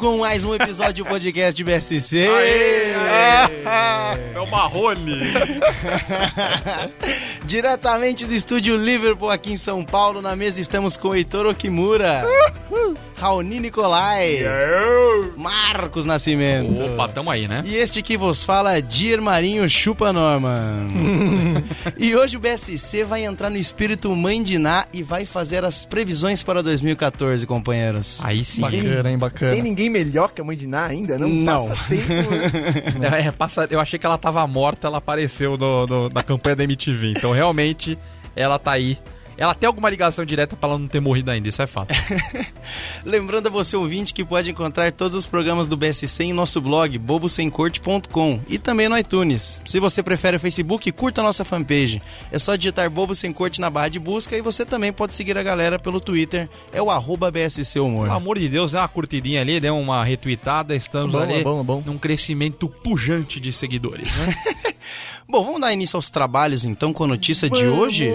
com mais um episódio do podcast BSC. Aê, aê. É o Marrone. Diretamente do estúdio Liverpool aqui em São Paulo, na mesa estamos com Heitor Okimura, Raoni Nicolai, Marcos Nascimento. Opa, tamo aí, né? E este que vos fala, Dir Marinho Chupa Norman. e hoje o BSC vai entrar no espírito mãe de Ná e vai fazer as previsões para 2014, companheiros. Aí sim. Bacana, hein? Bacana. Tem ninguém melhor que a mãe de Ná ainda? Não, Não. passa tempo. É, passa, eu achei que ela tava morta, ela apareceu no, no- na campanha da MTV. Então, realmente, ela tá aí. Ela tem alguma ligação direta pra ela não ter morrido ainda, isso é fato. Lembrando a você ouvinte que pode encontrar todos os programas do BSC em nosso blog bobosemcorte.com e também no iTunes. Se você prefere o Facebook, curta a nossa fanpage. É só digitar Bobo Sem Corte na barra de busca e você também pode seguir a galera pelo Twitter, é o arroba BSC Humor. Pelo amor de Deus, dá uma curtidinha ali, dê uma retweetada, estamos É bom, ali é bom, é bom. num crescimento pujante de seguidores, né? Bom, vamos dar início aos trabalhos então com a notícia de hoje?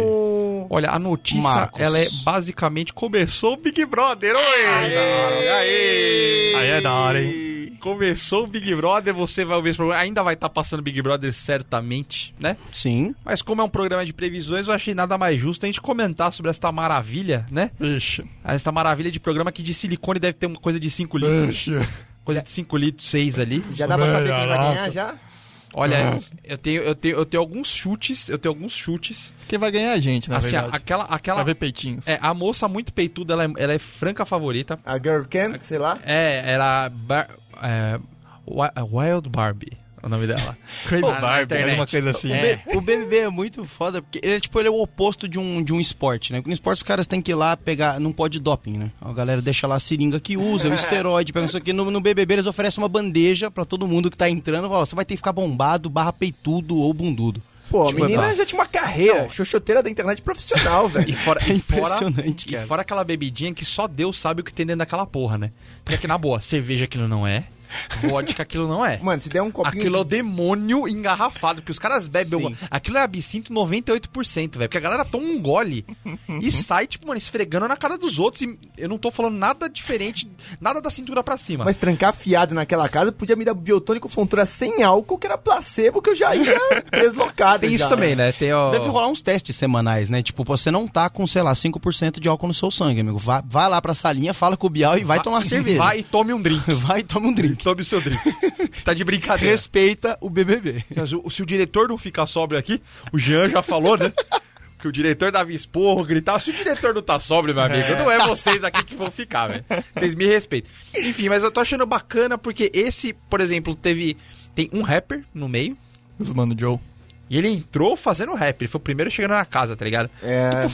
Olha, a notícia, Marcos. ela é basicamente começou o Big Brother, oi! Aí é da hora, hein? Começou o Big Brother, você vai ouvir esse programa, ainda vai estar passando Big Brother certamente, né? Sim. Mas como é um programa de previsões, eu achei nada mais justo a gente comentar sobre esta maravilha, né? Ixi, Esta maravilha de programa que de silicone deve ter uma coisa de 5 litros. ixi. Coisa de 5 litros, 6 ali. Já dá pra saber quem vai Nossa. ganhar já? Olha, eu tenho, eu tenho, eu tenho alguns chutes, eu tenho alguns chutes. Quem vai ganhar é a gente, na Assim, a- verdade. aquela, Pra aquela, ver peitinhos. é, a moça muito peituda, ela é, ela é franca favorita. A Girl Can, sei lá. É, era Bar- é, Wi- Wild Barbie, é o nome dela. Crazy Ô, Barbie, internet. alguma coisa assim. O, É. B- o BBB é muito foda, porque ele é tipo, ele é o oposto de um, de um esporte, né? Porque no esporte os caras têm que ir lá pegar, não pode doping, né? A galera deixa lá a seringa que usa, é o esteroide, pega isso aqui. No, no BBB eles oferecem uma bandeja pra todo mundo que tá entrando, fala, ó, você vai ter que ficar bombado, barra peitudo ou bundudo. Pô, a Deixa eu menina botar. já tinha uma carreira, xoxoteira da internet profissional, E velho. fora, É e fora, impressionante, e cara. fora aquela bebidinha que só Deus sabe o que tem dentro daquela porra, né? Porque aqui, na boa, cerveja aquilo não é, vodka aquilo não é. Mano, se der um copinho Aquilo é o de... demônio engarrafado, porque os caras bebem. Sim. alguma- Aquilo é absinto 98%, velho. Porque a galera toma um gole e sai, tipo, mano, esfregando na cara dos outros. E eu não tô falando nada diferente, nada da cintura pra cima. Mas trancar fiado naquela casa podia me dar biotônico fontura sem álcool, que era placebo, que eu já ia deslocado. tem isso já. também, né? Tem ó, Deve rolar uns testes semanais, né? Tipo, você não tá com, sei lá, 5% de álcool no seu sangue, amigo. Vai, vai lá pra salinha, fala com o Bial e vai tomar cerveja. Vai e tome um drink. vai e toma um drink. Tome o seu drink. tá de brincadeira. Respeita o BBB. Mas o- se o diretor não ficar sóbrio aqui, o Jean já falou, né? Que o diretor dava esporro, gritava. Se o diretor não tá sóbrio, meu amigo, não é vocês aqui que vão ficar, velho. Vocês me respeitam. Enfim, mas eu tô achando bacana porque esse, por exemplo, teve. Tem um rapper no meio. Os mano Joe. E ele entrou fazendo rap. Ele foi o primeiro chegando na casa, tá ligado? É,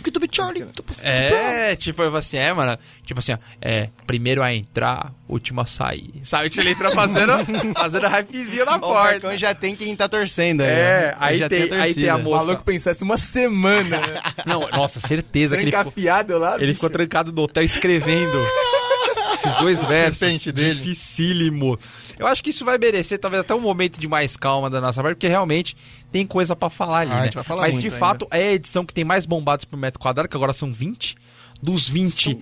É, tipo, eu falo assim, é, mano. Tipo assim, ó, é, primeiro a entrar, último a sair. Sabe? Tipo, Ele entrou fazendo, fazendo rapzinho na O porta. Marcão já tem quem tá torcendo aí, É, né? aí já tem, aí tem a torcida. o moça. maluco pensou isso uma semana, né? Não, nossa, certeza é que ele Trancar ficou, fiado lá. ele bicho. ficou trancado no hotel escrevendo esses dois versos. repente dele. Dificílimo. Eu acho que isso vai merecer talvez até um momento de mais calma da nossa parte, porque realmente tem coisa pra falar ali, Ah, a né? gente vai falar Mas muito de ainda. fato é a edição que tem mais bombados por metro quadrado, que agora são 20. Dos 20.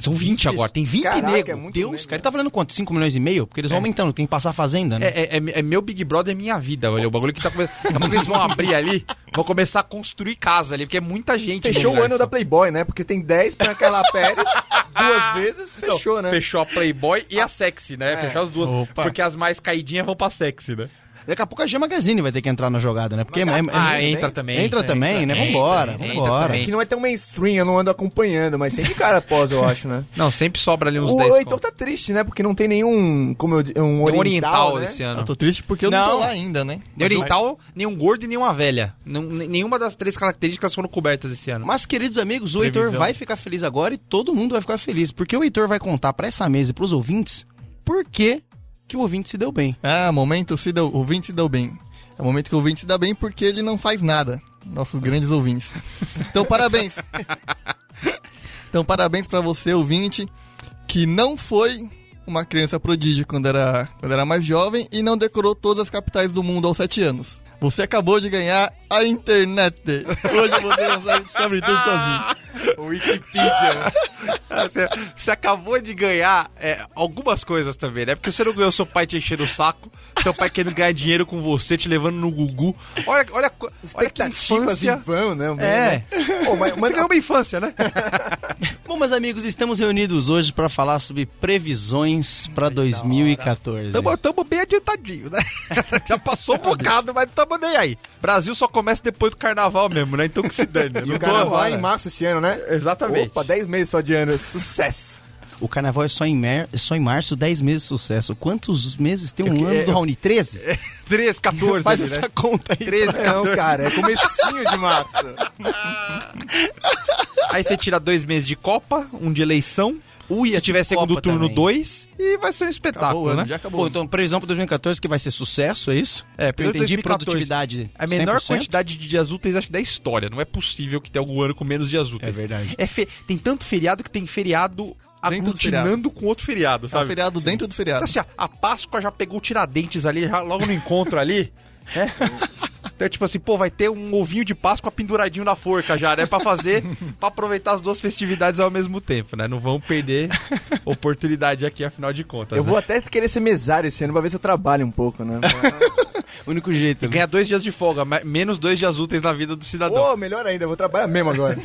São, 20 agora, tem 20 Caraca, nego. é muito Deus, nego, cara, ele tá valendo quanto? 5 milhões e meio? Porque eles vão aumentando, tem que passar a fazenda, né? É, é- é- é meu Big Brother, minha vida, olha. O bagulho que tá começando. Daqui a pouco eles vão abrir ali, vão começar a construir casa ali, porque é muita gente. no Fechou o lugar ano só. da Playboy, né? Porque tem 10 pra aquela Pérez, duas vezes, Não, fechou, né? É. Fechou a Playboy e a Sexy, né? Fechou as duas. Opa. Porque as mais caidinhas vão pra Sexy, né? Daqui a pouco a G Magazine vai ter que entrar na jogada, né? Porque é- é- ah, é- entra também. entra também, né? Vambora, entra, vambora. entra Que não é tão mainstream, eu não ando acompanhando, mas sempre cara após, eu acho, né? Não, sempre sobra ali uns O 10 Heitor tá triste, né? Porque não tem nenhum, como eu di- um Tem um oriental, oriental né? esse Eu ano. tô triste porque eu não, Não. tô lá ainda, né? Nem oriental, nenhum gordo e nenhuma velha. Não- nenhuma das três características foram cobertas esse ano. Mas, queridos amigos, o Previsão. Heitor vai ficar feliz agora e todo mundo vai ficar feliz. Porque o Heitor vai contar pra essa mesa e pros ouvintes por que, que o ouvinte se deu bem. Ah, momento se deu, ouvinte se deu bem. É o momento que o ouvinte se dá bem porque ele não faz nada. Nossos grandes ouvintes. Então, parabéns. Então, parabéns pra você, ouvinte, que não foi uma criança prodígio quando era, quando era mais jovem e não decorou todas as capitais do mundo aos 7 anos. Ah. Você acabou de ganhar a internet. Hoje você não sabe- descobre tudo sozinho. Tá Wikipedia. É, você, você acabou de ganhar é, algumas coisas também, né? Porque você não ganhou seu pai te enchendo o saco, seu pai querendo ganhar dinheiro com você, te levando no Gugu. Olha, olha, co- olha que Expectativas em infância. vão, né? mano? É. Pô, mas, mas Você ganhou uma infância, né? Bom, meus amigos, estamos reunidos hoje para falar sobre previsões para 2014. Tamo, tamo bem adiantadinho, né? Já passou um bocado, mas tamo nem aí. Brasil só começa depois do carnaval mesmo, né? Então que se dane. E Não o tô- cara vai em março esse ano, né? Exatamente. Opa, 10 meses só de ano. Sucesso. O carnaval é só em, mer- só em março, 10 meses de sucesso. Quantos meses tem um ano do Raoni? 13? 13, 14, Faz ali, né? essa conta aí. 13, Não, 14. cara, é comecinho de março. Aí você tira dois meses de Copa, um de eleição. Ui, se é tiver tem Copa segundo turno, também. dois. E vai ser um Acabou o espetáculo, ano, né? já Pô, acabou. então previsão para 2014 que vai ser sucesso, é isso? É, Eu entendi 2014. produtividade. A menor 100%. quantidade de dias úteis, acho que da história. Não é possível que tenha algum ano com menos dias úteis. É verdade. É fe- Tem tanto feriado que tem feriado Dentro do aglutinando com outro feriado, É um sabe? feriado dentro do Então, feriado. assim, a, a Páscoa já pegou o Tiradentes ali, já logo no encontro ali, né? Então, tipo assim, pô, vai ter um ovinho de Páscoa penduradinho na forca já, né? Pra fazer, pra aproveitar as duas festividades ao mesmo tempo, né? Não vão perder oportunidade aqui, afinal de contas. Eu né? vou até querer ser mesário esse ano pra ver se eu trabalho um pouco, né? O único jeito. Ganhar dois dias de folga, ma- menos dois dias úteis na vida do cidadão. Pô, melhor ainda, eu vou trabalhar mesmo agora.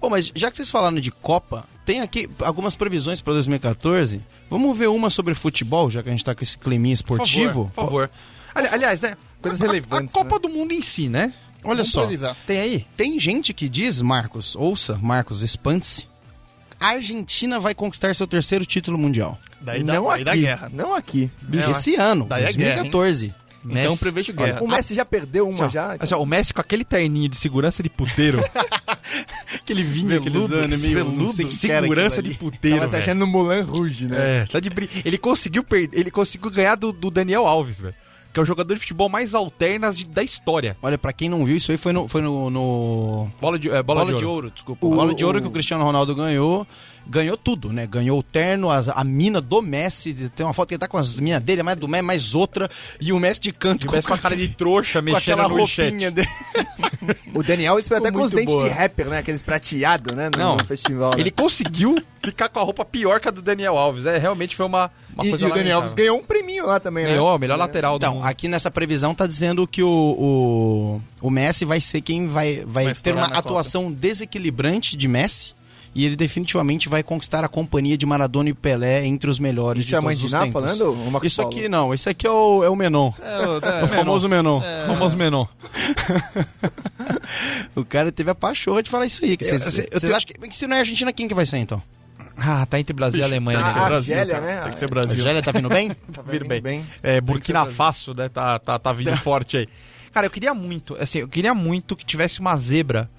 Bom, mas já que vocês falaram de Copa, tem aqui algumas previsões para 2014. Vamos ver uma sobre futebol, já que a gente tá com esse climinha esportivo. Por favor. Ali- aliás, né? Coisas a- a- relevantes, A, Copa do Mundo em si, né? Olha Vamos só, improvisar. Tem aí? tem gente que diz, Marcos, ouça, Marcos, espante-se. A Argentina vai conquistar seu terceiro título mundial. Daí dá, não daí aqui. dá guerra. Não aqui. Bicho, Esse ano, Daí é 2014. Então prevejo guerra. O Messi já perdeu uma Assim, ó, já. assim, ó, o Messi com aquele terninho de segurança de puteiro. é Aquele vinho, Veludo, veludo. segurança de puteiro. Tava se velho. achando no Mulan Rouge, né? né? É, tá de brin... Ele conseguiu perder, ele conseguiu ganhar do, do Daniel Alves, velho. Que é o jogador de futebol mais alternas de- da história. Olha, pra quem não viu, isso aí foi no, foi no, no- Bola de, é, bola Bola, de, ouro. desculpa. O- bola de ouro o- que o Cristiano Ronaldo ganhou. Ganhou tudo, né? Ganhou o terno, as- a, mina do Messi. Tem uma foto que ele tá com as minas dele, mais do Messi, mais outra. E o Messi de canto De Messi com a cara de trouxa com mexendo aquela no manchete. roupinha dele. O Daniel isso foi até com os muito dentes boa. de rapper, né? Aqueles prateados, né? No, Não. no festival. né? Ele conseguiu ficar com a roupa pior que a do Daniel Alves. É, realmente foi uma, uma E, coisa e o Daniel Alves lamentável. ganhou um preminho lá também, né? Ganhou, melhor lateral Tá, do Então, mundo. aqui nessa previsão tá dizendo que o, o, o Messi vai ser quem vai, vai, Vai ter estourar uma na Copa. atuação desequilibrante de Messi. E ele definitivamente vai conquistar a companhia de Maradona e Pelé entre os melhores Isso de é a todos mãe de os Ná tempos. falando? ou o Marcos Isso aqui Paulo? não, isso aqui é o, é o Menon. É, o- É o famoso Menon. É. Famoso Menon. O cara teve a pachorra de falar isso aí. que Vocês vocês acham que, que se não é Argentina, quem que vai ser então? Ah, tá entre Brasil e Alemanha. né? A Brasil, Argélia, cara. né? Tem que ser A Brasil. Argélia tá vindo bem? Tá Vira bem. bem. É, Burkina Faso, né? Tá, tá, tá vindo forte aí. Cara, eu queria muito, assim, eu queria muito que tivesse uma zebra.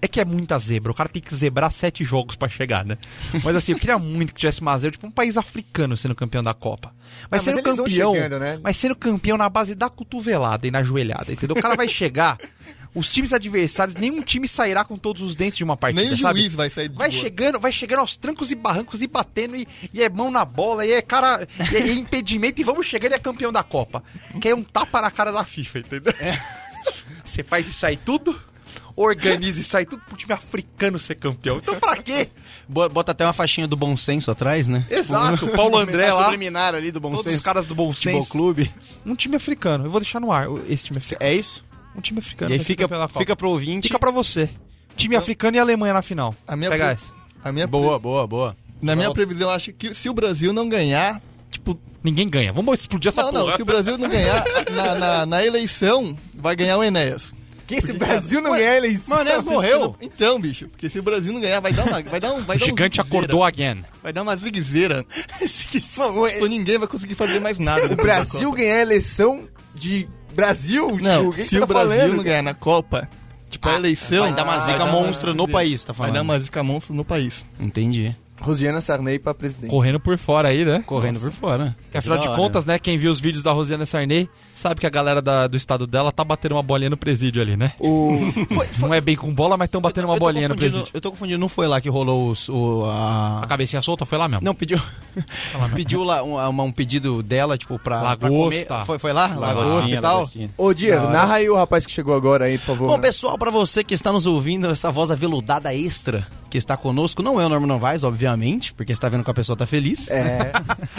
É que é muita zebra, o cara tem que zebrar sete jogos pra chegar, né? Mas assim, eu queria muito que tivesse uma zebra, tipo um país africano sendo campeão da Copa. Mas Ah, mas sendo eles vão campeão. chegando, né? Mas sendo campeão na base da cotovelada e na joelhada, entendeu? O cara vai chegar, os times adversários, nenhum time sairá com todos os dentes de uma partida. Nem o sabe? juiz vai sair de Vai boa. chegando, vai chegando aos trancos e barrancos e batendo, e, e é mão na bola, e é cara, e é impedimento, e vamos chegando e é campeão da Copa. Que é um tapa na cara da FIFA, entendeu? É. Você faz isso aí tudo, organiza isso aí tudo pro time africano ser campeão. Então pra quê? Bo- Bota até uma faixinha do bom senso atrás, né? Exato, Paulo André lá, Subliminar ali do bom todos os senso. caras do bom Futebol senso. clube. Um time africano, eu vou deixar no ar o- esse time africano. É isso? Um time africano. E aí vai ser fica, campeão da Copa. fica Então- pro ouvinte. Fica pra você. Time africano e Alemanha na final. A minha Pega pre- essa. A minha Boa, boa, boa. Na minha previsão, eu acho que se o Brasil não ganhar, tipo. Ninguém ganha. Vamos explodir essa Não, porra. não, se o Brasil não ganhar na, na- na eleição, vai ganhar o Enéas. Que se o Brasil não ganhar eleição... é Mano, Enéas morreu. Então, bicho, porque se o Brasil não ganhar, vai dar uma. Vai dar um, vai O dar um gigante zigueira. acordou again. Vai dar uma zigueira. Mano, Então ninguém vai conseguir fazer mais nada. o Brasil ganhar a eleição de Brasil? Não, tio, o que que se você tá o Brasil falando, não cara? ganhar na Copa, tipo, a eleição. Ah, Vai dar uma zica vai dar monstra no zica. país, tá Vai falando. dar uma zica monstra no país. Entendi. Rosiana Sarney pra presidente. Correndo por fora aí, né? Correndo por fora. Porque, afinal Da de hora. contas, né, quem viu os vídeos da Rosiana Sarney sabe que a galera da- do estado dela tá batendo uma bolinha no presídio ali, né? O... Não é bem com bola, mas estão batendo uma Eu tô bolinha no confundindo- presídio. Eu tô confundindo, não foi lá que rolou os- o, a... A cabecinha solta foi lá mesmo. Não, pediu. pediu lá um, uma- um pedido dela, tipo, pra. pra Lagosta. comer. Foi, foi lá? Lagosta Lagostinha, e tal. lagostinha. Ô, Diego, narra aí o rapaz que chegou agora aí, por favor. Bom, né? pessoal, pra você que está nos ouvindo, essa voz aveludada extra que que está conosco não é o Norman Novaes, obviamente, porque está vendo que a pessoa tá feliz. É,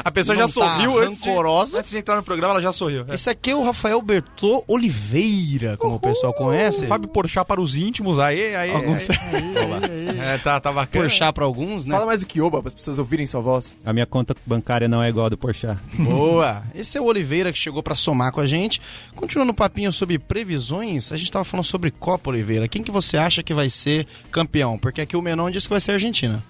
A pessoa Não tá já sorriu antes de, rancorosa. antes de entrar no programa, ela já sorriu. É. Esse aqui é o Rafael Bertô Oliveira, como o pessoal conhece. Fábio Porchat para os íntimos, aí, aí. Alguns- é aí. É, tá, tá bacana. Porchá para alguns, né? fala mais do que oba, para as pessoas ouvirem sua voz. A minha conta bancária não é igual a do Porchat. Boa! Esse é o Oliveira que chegou pra somar com a gente. Continuando o papinho sobre previsões, a gente tava falando sobre Copa Oliveira. Quem que você acha que vai ser campeão? Porque aqui o Menon disse que vai ser a Argentina.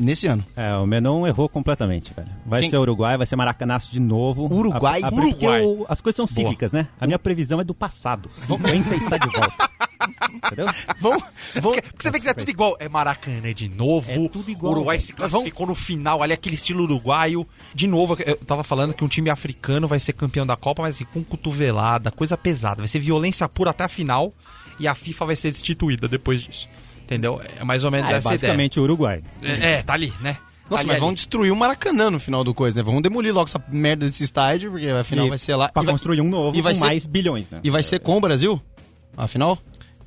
Nesse ano. É, o Menon errou completamente, velho. Vai Quem- ser Uruguai, vai ser Maracanaço de novo. Uruguai? a, a, porque Uruguai. o- as coisas são cíclicas, né? A minha previsão é do passado. 50 está de volta. Entendeu? Vamos, vamos... Porque você vê que tá tudo igual. É Maracanã de novo. É tudo igual, O Uruguai velho. se classificou no final ali, aquele estilo uruguaio. De novo, eu tava falando que um time africano vai ser campeão da Copa, mas assim, com cotovelada, coisa pesada. Vai ser violência pura até a final e a FIFA vai ser destituída depois disso. Entendeu? É mais ou menos Ah, é essa ideia. basicamente o Uruguai. É, é, tá ali, né? Nossa, Ali, mas ali. vão destruir o Maracanã no final do coisa, né? Vamos demolir logo essa merda desse estádio, porque afinal E vai ser lá. Pra e, vai, construir um novo e vai com ser- mais bilhões, né? e vai ser com o Brasil? Afinal?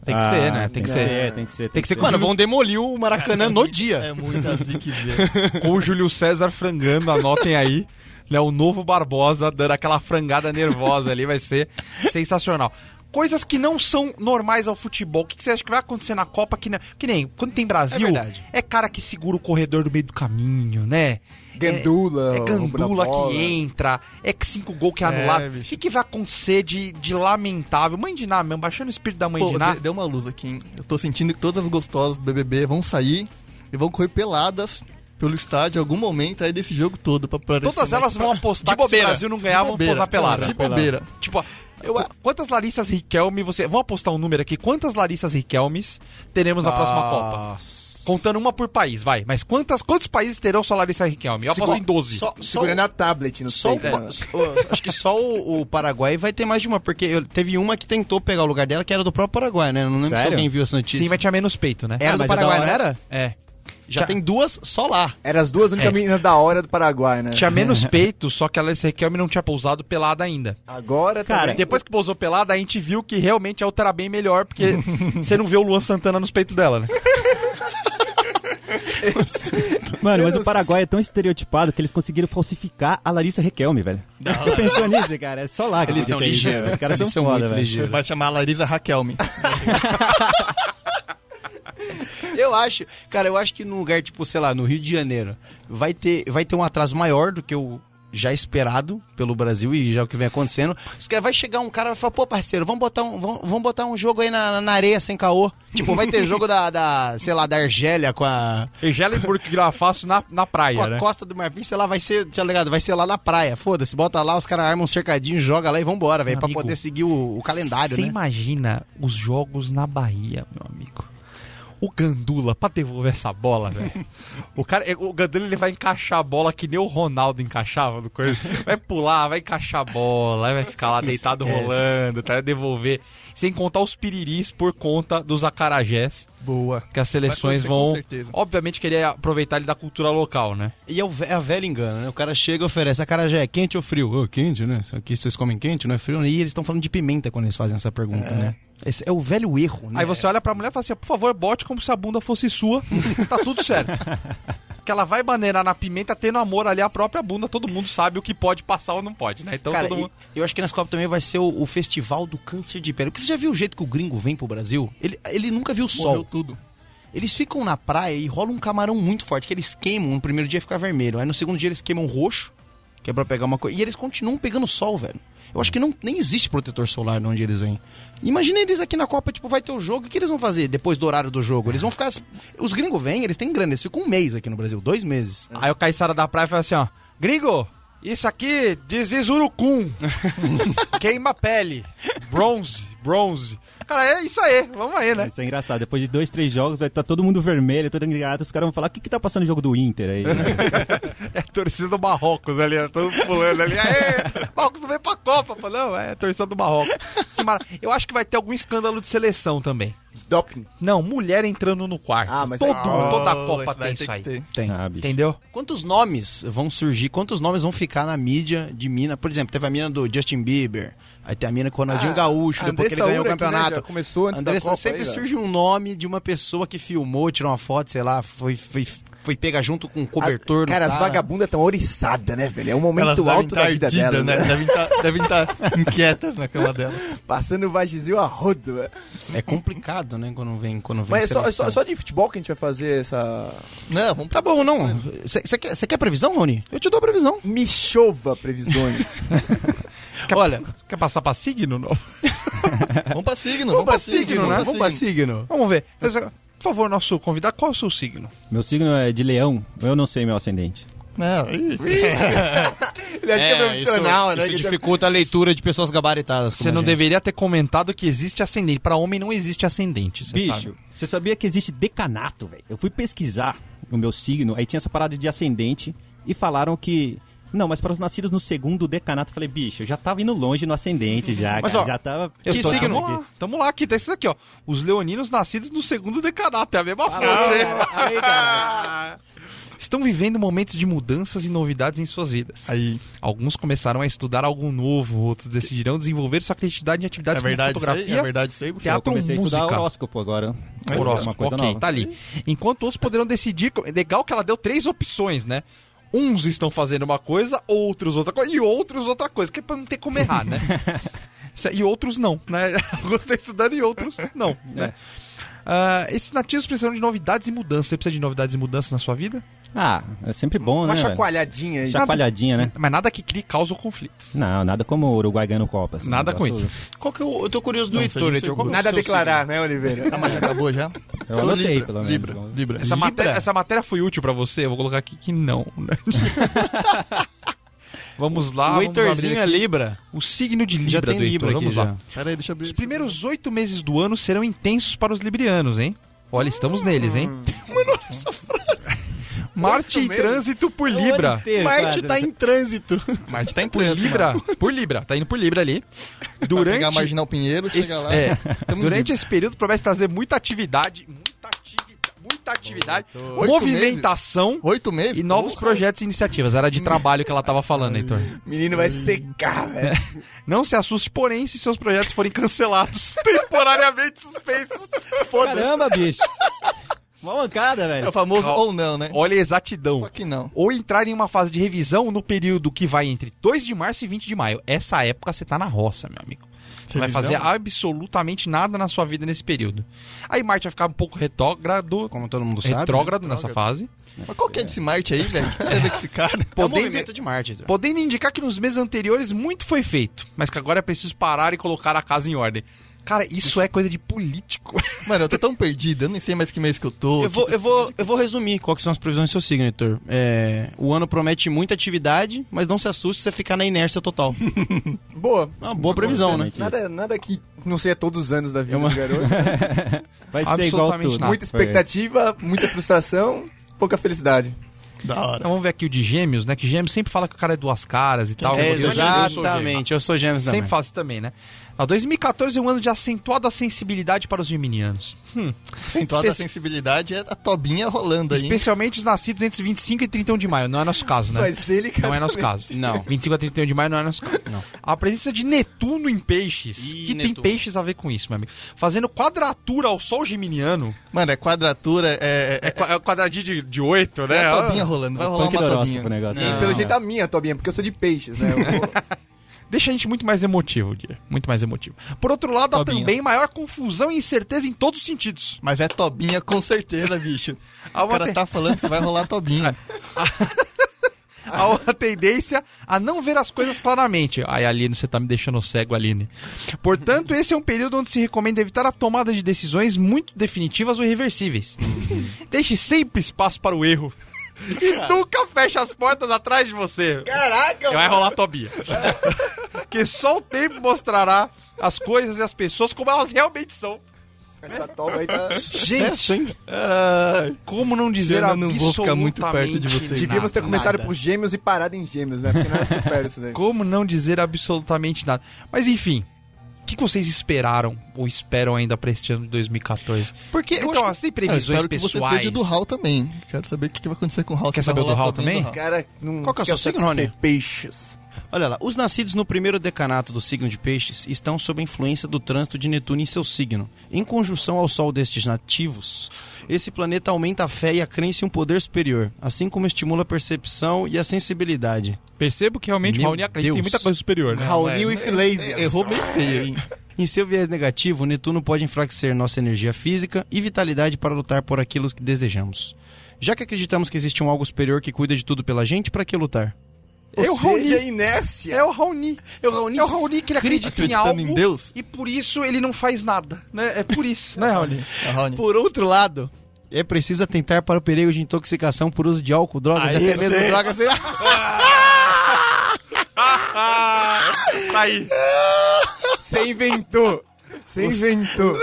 Tem que Ah, ser, né? Tem que ser. Tem que ser. Tem que ser Mano, vão demolir o Maracanã no dia. É muita viquezinha. com o Júlio César frangando, anotem aí. Né, o novo Barbosa dando aquela frangada nervosa ali, vai ser sensacional. Coisas que não são normais ao futebol. O que que você acha que vai acontecer na Copa? Que, não- que nem quando tem Brasil, É verdade. é cara que segura o corredor do meio do caminho, né? Gandula, É rouba na gandula bola. que entra, é que cinco gol que é É, anulado. O bicho. que, que vai acontecer de, de lamentável? Mãe de Ná mesmo, baixando o espírito da mãe Pô, de Ná. de- deu uma luz aqui, hein? Eu tô sentindo que todas as gostosas do BBB vão sair e vão correr peladas pelo estádio em algum momento aí desse jogo todo. Pra, pra Todas elas vão apostar De que se o bobeira. Brasil não ganhar, vão posar pelada. De bobeira. Tipo, eu- quantas Larissas Riquelme você. Vamos apostar um número aqui. Quantas Larissas Riquelmes teremos na próxima Ah, Copa? Contando uma por país, vai. Mas quantas, quantos países terão sua Larissa Riquelme? Eu aposto em 12. Só, só, Segurando a tablet, não só sei. o, né? só- acho que só o, o Paraguai vai ter mais de uma, porque eu- teve uma que tentou pegar o lugar dela, que era do próprio Paraguai, né? Não lembro se Sério? alguém viu essa notícia. Sim, mas tinha menos peito, né? Era Ah, do mas é da Paraguai, não hora. era? É. Já Tinha- tem duas só lá. Eram as duas únicas É. meninas da hora do Paraguai, né? Tinha menos peito, só que a Larissa Riquelme não tinha pousado pelada ainda. Agora tá Cara, também. Depois que pousou pelada, a gente viu que realmente a outra era bem melhor, porque você não vê o Luan Santana nos peitos dela, né? Mano, mas Eu não o Paraguai é tão estereotipado que eles conseguiram falsificar a Larissa Requelme, velho. Eu pensou nisso, cara? É só lá que acredita isso, né, velho? Os caras Eles são foda, muito velho. ligeiros. Vai chamar a Larisa Raquelme. Eu acho, cara, eu acho que num lugar tipo, sei lá, no Rio de Janeiro, vai ter, vai ter um atraso maior do que o já esperado pelo Brasil e já é o que vem acontecendo. Os caras vai chegar um cara e vai falar, pô, parceiro, vamos botar um, vamos, vamos botar um jogo aí na, na areia sem caô. Tipo, vai ter jogo da, da, sei lá, da Argélia com a, Egela e Burkirafaço na, na com praia, a né? Costa do Marfim, sei lá, vai ser, tá ligado? Vai ser lá na praia. Foda-se, bota lá, os caras armam um cercadinho, joga lá e vambora, velho, pra Amigo, poder seguir o, o calendário, Você né? imagina os jogos na Bahia, meu amigo. O Gandula, pra devolver essa bola, velho. o, cara, é, o Gandula ele vai encaixar a bola que nem o Ronaldo encaixava no coisa. Vai pular, vai encaixar a bola, aí vai ficar lá deitado rolando, tá? devolver. Sem contar os piriris por conta dos acarajés, Boa. que as seleções Vai acontecer, com vão, certeza. obviamente, querer aproveitar ele da cultura local, né? E é, o ve- é a velha engana, né? O cara chega e oferece, a cara já é quente ou frio? Ô, quente, né? Isso aqui vocês comem quente, não é frio? E eles estão falando de pimenta quando eles fazem essa pergunta, né? Esse é o velho erro, né? Aí você olha pra mulher e fala assim: por favor, bote como se a bunda fosse sua, tá tudo certo. que ela vai maneirar na pimenta tendo amor ali à própria bunda, todo mundo sabe o que pode passar ou não pode, né? Então Cara, todo e- mundo. eu acho que nas Copas também vai ser o, o festival do câncer de pele. Porque você já viu o jeito que o gringo vem pro Brasil? Ele, ele nunca viu o Morreu sol. tudo. Eles ficam na praia e rola um camarão muito forte, que eles queimam, no primeiro dia fica vermelho. Aí no segundo dia eles queimam roxo, que é pra pegar uma coisa. E eles continuam pegando sol, velho. Eu acho que não, nem existe protetor solar de onde eles vêm. Imagina eles aqui na Copa, tipo, vai ter o jogo, o que eles vão fazer depois do horário do jogo? Eles vão ficar. Os gringos vêm, eles têm grana, eles ficam um mês aqui no Brasil, dois meses. Aí o Caissara da praia fala assim: ó, gringo, isso aqui diz urucum. Queima a pele. Bronze, bronze. Cara, é isso aí, vamos aí, né? Isso é engraçado. Depois de dois, três jogos, vai estar todo mundo vermelho, todo engriado. Os caras vão falar: o que, que tá passando no jogo do Inter aí? É a torcida do Marrocos ali, né? todo mundo pulando ali. Aê, Marrocos não veio pra Copa. Pô, Não, é a torcida do Marrocos. Que mara- Eu acho que vai ter algum escândalo de seleção também. Doping. Não, mulher entrando no quarto. Ah, mas Todo, aí- toda Oh, Copa esse daí tem isso aí. que ter. Tem. Ah, bicho. Entendeu? Quantos nomes vão surgir, quantos nomes vão ficar na mídia de mina? Por exemplo, teve a mina do Justin Bieber, aí tem a mina com o Ronaldinho Ah, Gaúcho, depois que ele Andressa ganhou o Ura aqui, né, campeonato. já começou antes da Andressa, Copa sempre aí, né? surge um nome de uma pessoa que filmou, tirou uma foto, sei lá, foi, foi, foi pega junto com um cobertor. A- do cara, as vagabundas tão oriçadas, né, velho? É um momento alto tá da vida delas, né? Devem estar inquietas na cama dela. Passando o vagizil a rodo, velho. É complicado, né, quando vem, quando vem Mas é só, é seleção. só- é só de futebol que a gente vai fazer essa... Não, vamos Tá bom, não. Você quer, cê quer previsão, Rony? Eu te dou a previsão. Michova previsões. Olha, Quer passar pra signo? Não. Vamos pra signo, vamos pra signo, né? né? Vamos É, pra signo. Vamos ver. Mas, ó, por favor, nosso convidado, qual é o seu signo? Meu signo é de leão, eu não sei meu ascendente. Não, ih, Ele acha que é profissional, né? Que dificulta a leitura de pessoas gabaritadas. Você não deveria ter comentado que existe ascendente. Pra homem não existe ascendente, você Bicho, você sabia que existe decanato, velho? Eu fui pesquisar o meu signo, aí tinha essa parada de ascendente e falaram que. Não, mas para os nascidos no segundo decanato, eu falei, bicho, eu já tava indo longe no ascendente já, Mas, cara, ó, já tava. que tô- signo? Aqui. Tamo lá, tamo lá, aqui, tá isso daqui, ó. Os leoninos nascidos no segundo decanato, é a mesma Ah. fonte. hein? Aí, cara. Estão vivendo momentos de mudanças e novidades em suas vidas. Aí, Alguns começaram a estudar algo novo, outros decidirão desenvolver sua criatividade em é atividades verdade como isso Tá aí? tipo fotografia, É verdade isso aí? Teatro, Eu comecei a estudar música. horóscopo agora. É Horóscopo, Uma coisa ok, nova. tá ali. Enquanto outros poderão decidir. co- Legal que ela deu três opções, né? Uns estão fazendo uma coisa, outros outra coisa, e outros outra coisa, que é pra não ter como errar, né? Isso é- E outros não, né? Alguns estão estudando e outros não, É. né? Ah, esses nativos precisam de novidades e mudanças. Você precisa de novidades e mudanças na sua vida? Ah, é sempre bom, Uma né? velho? chacoalhadinha aí. Chacoalhadinha, né? Mas nada que crie causa ou conflito. Não, nada como o Uruguai ganhando Copa. assim, Nada um com negócio- Qual que é o... Eu tô curioso do Não, Heitor, seja Heitor. Qual que é o Nada a seu declarar, né, Oliveira? Ah, mas já acabou já? Eu Sou anotei, Libra, pelo menos. Libra, Libra. Essa matéria, essa matéria foi útil pra você? Eu vou colocar aqui que não. né? signo? O vamos lá. vamos abrir Heitorzinho é aqui. Libra. O signo de Libra Já tem do Heitor, Libra aqui vamos já. lá. Pera aí, deixa eu abrir. Os primeiros oito meses do ano serão intensos para os librianos, hein? Olha, Hum. estamos neles, hein? Mano, essa frase. Marte em trânsito por É o ano Libra. inteiro, Marte quase, tá né? em trânsito. Marte tá em Por trânsito, Libra. Por Libra. Tá indo por Libra ali. Vai pegar a Durante. Marginal Pinheiro, chega esse- lá. é, Tamo durante esse período promete trazer muita atividade. Muita atividade. Muita atividade. Oito Movimentação. Oito meses? E novos projetos e iniciativas. Era de trabalho que ela tava falando, Heitor. Menino vai secar, velho. Não se assuste, porém, se seus projetos forem cancelados temporariamente suspensos. Caramba, bicho. Uma mancada, É velho. o famoso Ó. ou não, né? Olha a exatidão. Só que não. ou entrar em uma fase de revisão no período que vai entre 2 de março e 20 de maio. Essa época você tá na roça, meu amigo. Você vai Revisão? fazer absolutamente nada na sua vida nesse período. Aí Marte vai ficar um pouco retrógrado, Como todo mundo sabe. retrógrado nessa fase. Mas qual que é desse Marte aí, velho? O que tem a ver com esse cara? É o Podendo, movimento de Marte, Heitor. podendo indicar que nos meses anteriores muito foi feito, mas que agora é preciso parar e colocar a casa em ordem. Cara, isso é coisa de político. Mano, eu tô tão perdido, eu nem sei mais que mês que eu tô. Eu vou, eu, vou, eu vou resumir qual que são as previsões do seu signo, Heitor. É, o ano promete muita atividade, mas não se assuste se você ficar na inércia total. Boa. É Uma boa previsão, né? Excelente isso. Nada, nada que não seja todos os anos da vida do garoto. Vai ser igual Absolutamente tudo. nada. Muita expectativa, muita frustração, pouca felicidade. Da hora. Então, vamos ver aqui o de Gêmeos, né? Que Gêmeos sempre fala que o cara é duas caras e tal. É, Eu sou gêmeo, eu sou gêmeo. exatamente, eu sou gêmeos também. Sempre faço também, né? Ó, 2014 é um ano de acentuada sensibilidade para os geminianos. Toda a Espe- sensibilidade é a tobinha rolando aí. hein? Especialmente os nascidos entre 25 e 31 de maio. Não é nosso caso, né? Mas dele, cara. Não é nosso caso. Não. 25 a 31 de maio não é nosso caso. Não. A presença de Netuno em peixes. Ih, que tem Netuno. peixes a ver com isso, meu amigo. Fazendo quadratura ao sol geminiano. Mano, é quadratura, é, é, É, qua- é quadradinho de, de 8, é né? a tobinha rolando. Vai Foi rolar que uma do tobinha. horóscopo o negócio. E Não, pelo não. jeito é a minha, Tobinha, porque eu sou de peixes, né? Eu vou- Deixa a gente muito mais emotivo, Dia. Muito mais emotivo. Por outro lado, há Tobinha. também maior confusão e incerteza em todos os sentidos. Mas é tobinha com certeza, bicho. Ah, o cara tem- tá falando que vai rolar Ah, tobinha. Há uma tendência a não ver as coisas claramente. Ai, Aline, você tá me deixando cego, Aline. Portanto, esse é um período onde se recomenda evitar a tomada de decisões muito definitivas ou irreversíveis. Deixe sempre espaço para o erro. E nunca feche as portas atrás de você. Caraca! Vai rolar Tobia. que só o tempo mostrará as coisas e as pessoas como elas realmente são. Essa toba aí tá. Gente, hein? ah, Como não dizer Eu não vou ficar muito perto de absolutamente você. Devíamos ter nada, começado nada. por gêmeos e parado em gêmeos, né? Porque nada supera isso daí. Como não dizer absolutamente nada? Mas enfim, que, que vocês esperaram ou esperam ainda pra este ano de 2014? Porque eu acho Então, ó, você tem Ah, eu previsões espero que você pessoais. perca do Hal também. Quero saber o que que vai acontecer com o Hal. Quer se vai saber do rolar Hal também? também do Hal. Cara, não Qual que é o seu fica signo, Rony? satisfeito, Peixes. Olha lá, os nascidos no primeiro decanato do signo de Peixes estão sob a influência do trânsito de Netuno em seu signo. Em conjunção ao Sol destes nativos, esse planeta aumenta a fé e a crença em um poder superior, assim como estimula a percepção e a sensibilidade. Percebo que realmente o Meu Raoni acredita Deus. em muita coisa superior, né? Raoni with lazy. É, Errou bem feio, hein? Em seu viés negativo, Netuno pode enfraquecer nossa energia física e vitalidade para lutar por aquilo que desejamos. Já que acreditamos que existe um algo superior que cuida de tudo pela gente, para que lutar? Eu, Eu, Raoni. Raoni. inércia. É o Raoni. É o Raoni, que ele acredita em Acreditando algo em Deus? e por isso ele não faz nada. Né? É por isso, né, Raoni? Ah, Raoni. Por outro lado, é preciso atentar para o perigo de intoxicação por uso de álcool, drogas e até mesmo drogas. Tá aí. Você inventou. Você inventou.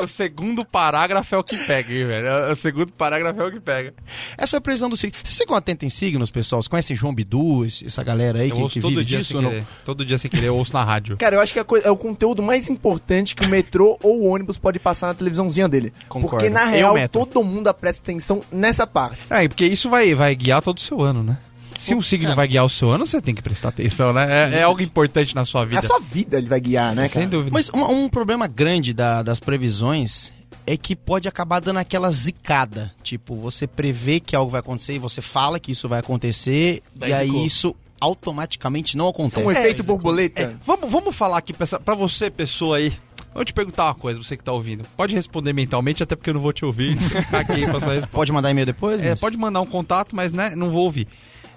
O segundo parágrafo é o que pega, hein, velho? O segundo parágrafo é o que pega. Essa é a previsão do signo. Vocês ficam atentos em signos, pessoal? Vocês conhecem João Bidu, esse- essa galera aí Eu que, ouço que todo vive dia disso? sem ou não? querer. Todo dia sem querer, eu ouço na rádio. Cara, eu acho que é, a coi- é o conteúdo mais importante que o metrô ou o ônibus pode passar na televisãozinha dele. Concordo. Porque, na Eu, real, metro. todo mundo presta atenção nessa parte. É, porque isso vai, vai guiar todo o seu ano, né? Se um signo vai guiar o seu ano, você tem que prestar atenção, né? É, é algo importante na sua É vida. a sua vida ele vai guiar, né, Sem cara? dúvida. Mas um, um problema grande da- das previsões é que pode acabar dando aquela zicada. Tipo, você prevê que algo vai acontecer e você fala que isso vai acontecer, e aí isso automaticamente não acontece. É. Um É. efeito borboleta. Vamos, vamos falar aqui pra, essa- pra você, pessoa aí. Vou te perguntar uma coisa, você que tá ouvindo. Pode responder mentalmente, até porque eu não vou te ouvir. Caguei pra sua resposta. Pode mandar e-mail depois? É, mas- pode mandar um contato, mas né, não vou ouvir.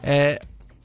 É,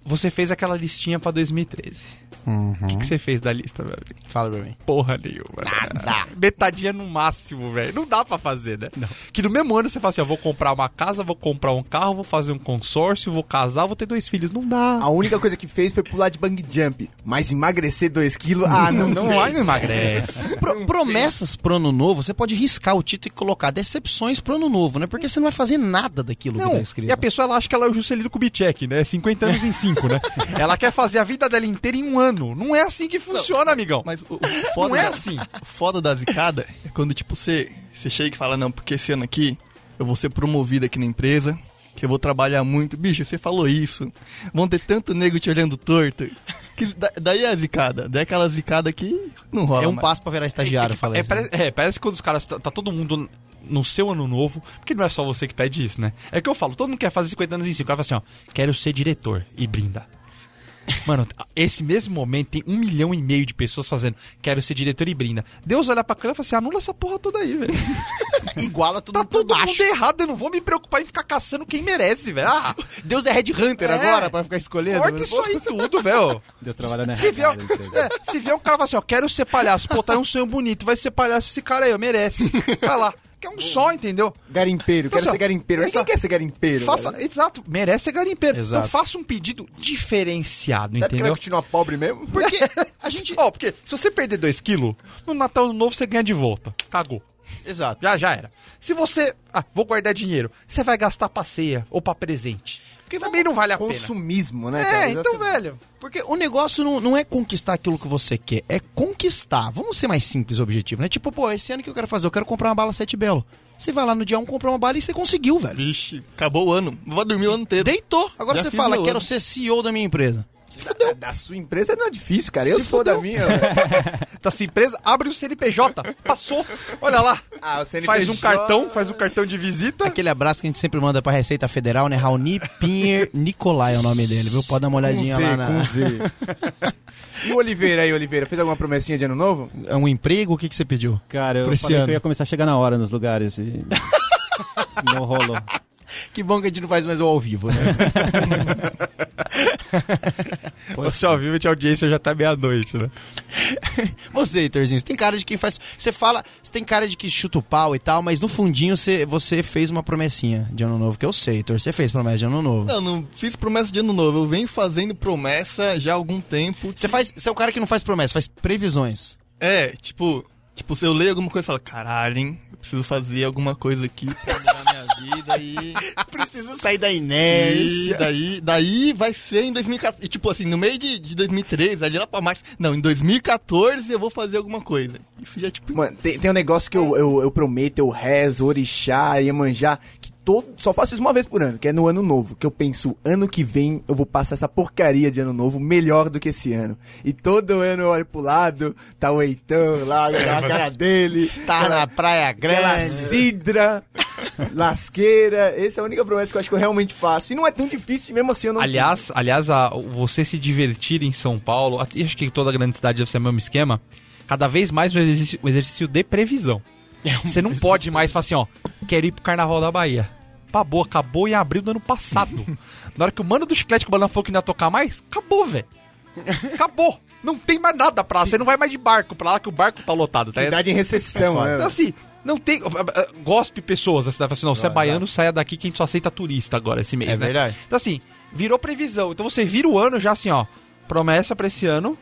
você fez aquela listinha pra 2013. O que, que você fez da lista, meu amigo? Fala pra mim. Porra nenhuma. Nada. Metadinha no máximo, velho. Não dá pra fazer, né? Que no mesmo ano você fala assim, ó, vou comprar uma casa, vou comprar um carro, vou fazer um consórcio, vou casar, vou ter dois filhos. Não dá. A única coisa que fez foi pular de bang jump. Mas emagrecer 2 quilos, ah, não, não vai não emagrece. Pro- promessas pro ano novo, você pode riscar o título e colocar decepções pro ano novo, né? Porque você não vai fazer nada daquilo que tá Não, escrito. e a pessoa ela acha que ela é o Juscelino Kubitschek, né? 50 anos em 5, né? Ela quer fazer a vida dela inteira em um ano. Não é assim que funciona, amigão. Mas o, o foda não é da- assim. O foda da zicada é quando, tipo, você, você chega e fala, não, porque esse ano aqui eu vou ser promovido aqui na empresa, que eu vou trabalhar muito. Bicho, você falou isso. Vão ter tanto nego te olhando torto. Que da- daí é a zicada. Daí é aquela zicada que não rola. É um mais. passo pra virar estagiário, É, eu falei. né? é, parece, é, parece que quando os caras. Tá, tá todo mundo no seu ano novo, porque não é só você que pede isso, né? É que eu falo, todo mundo quer fazer 50 anos em 5. O cara fala assim, ó, quero ser diretor e brinda. Mano, esse mesmo momento tem um milhão e meio de pessoas fazendo, quero ser diretor e brinda. Deus olha pra câmera e fala assim, anula essa porra toda aí, velho. Iguala tudo Tá todo mundo errado, eu não vou me preocupar em ficar caçando quem merece, velho. Ah, Deus é Red Hunter É. agora pra ficar escolhendo. né? corta isso aí tudo, velho. Deus trabalha na Se vier, realidade da empresa. é, se vier um cara e falar assim, ó, quero ser palhaço, pô, tá aí um sonho bonito, vai ser palhaço esse cara aí, ó, merece. Vai lá. Que é um só, entendeu? Garimpeiro, quero Pessoal, ser garimpeiro. Ninguém essa- quer ser garimpeiro. Faça, velho. exato, merece ser garimpeiro. Exato. Então faça um pedido diferenciado, Sabe que vai entendeu? continuar pobre mesmo? Porque a gente. Ó, porque se você perder 2 quilos, no Natal no Novo você ganha de volta. Cagou. Exato. Já, já era. Se você. Ah, vou guardar dinheiro. Você vai gastar pra ceia ou pra presente. Porque também não vale a pena. Consumismo, né? cara? É, então, velho. Porque o negócio não, não é conquistar aquilo que você quer, é conquistar. Vamos ser mais simples e objetivo, né? Tipo, pô, esse ano que eu quero fazer, eu quero comprar uma bala sete belo. Você vai lá no dia 1 comprar uma bala e você conseguiu, velho. Vixe, acabou o ano. Vou dormir o ano inteiro. Deitou. Agora Já você fiz fala, meu quero ano. ser CEO da minha empresa. Da, da sua empresa não é difícil, cara. Eu Se sou da fudeu. minha. velho. Da sua empresa, abre o CNPJ. Passou. Olha lá. Ah, o CNPJ. Faz um cartão, faz um cartão de Tá. visita. Aquele abraço que a gente sempre manda pra Receita Federal, né? Raoni Pinher Nicolai é o nome dele, viu? Pode dar uma Com olhadinha Z, lá na... com Z. E o Oliveira aí, Oliveira, fez alguma promessinha de ano novo? É um emprego? O que, que você pediu? Cara, eu Por esse falei ano. que eu ia começar a chegar na hora nos lugares e... Não rolou. Que bom que a gente não faz mais o ao vivo, né? Você ao vivo de audiência já tá meia-noite, né? Você, Heitorzinho, você tem cara de quem faz. Você fala, você tem cara de que chuta o pau e tal, mas no fundinho você, você fez uma promessinha de ano novo, que eu sei, Heitor. Você fez promessa de ano novo. Não, não fiz promessa de ano novo. Eu venho fazendo promessa já há algum tempo. Você faz. Você é o cara que não faz promessa, faz previsões. É, tipo, tipo, se eu leio alguma coisa e falo, caralho, hein? Eu preciso fazer alguma coisa aqui pra mudar minha minha vida e. Preciso sair da E inércia. daí, daí vai ser em 2014. E tipo assim, no meio de, de 2013, ali lá pra março. Não, em 2014 eu vou fazer alguma coisa. Isso já é tipo. Mano, tem, tem um negócio que eu, eu, eu prometo, eu rezo, orixá, iemanjá, que todo, só faço isso uma vez por ano, que é no ano novo, que eu penso, ano que vem eu vou passar essa porcaria de ano novo melhor do que esse ano. E todo ano eu olho pro lado, tá o Eitão lá, olha a cara dele, Tá na praia aquela grande. sidra, lasqueira, essa é a única promessa que eu acho que eu realmente faço. E não é tão difícil, e mesmo assim eu não... Aliás, aliás a, você se divertir em São Paulo, a- e acho que toda grande cidade deve ser o mesmo esquema, cada vez mais um exercício, um exercício de previsão. Você não pode mais falar assim, ó, quero ir pro Carnaval da Bahia. Pabou, acabou em abril do ano passado. Na hora que o mano do chiclete que o Balan falou que não ia tocar mais, acabou, velho. Acabou. Não tem mais nada pra lá. Você não vai mais de barco pra lá, que o barco tá lotado. é Tá? Cidade em recessão, né? Então, assim, não tem. ah, Gospe pessoas. Você vai falar assim, não, você é baiano, saia daqui que a gente só aceita turista agora esse mês, É né? verdade. Então, assim, virou previsão. Então você vira o ano já assim, ó. Promessa pra esse ano.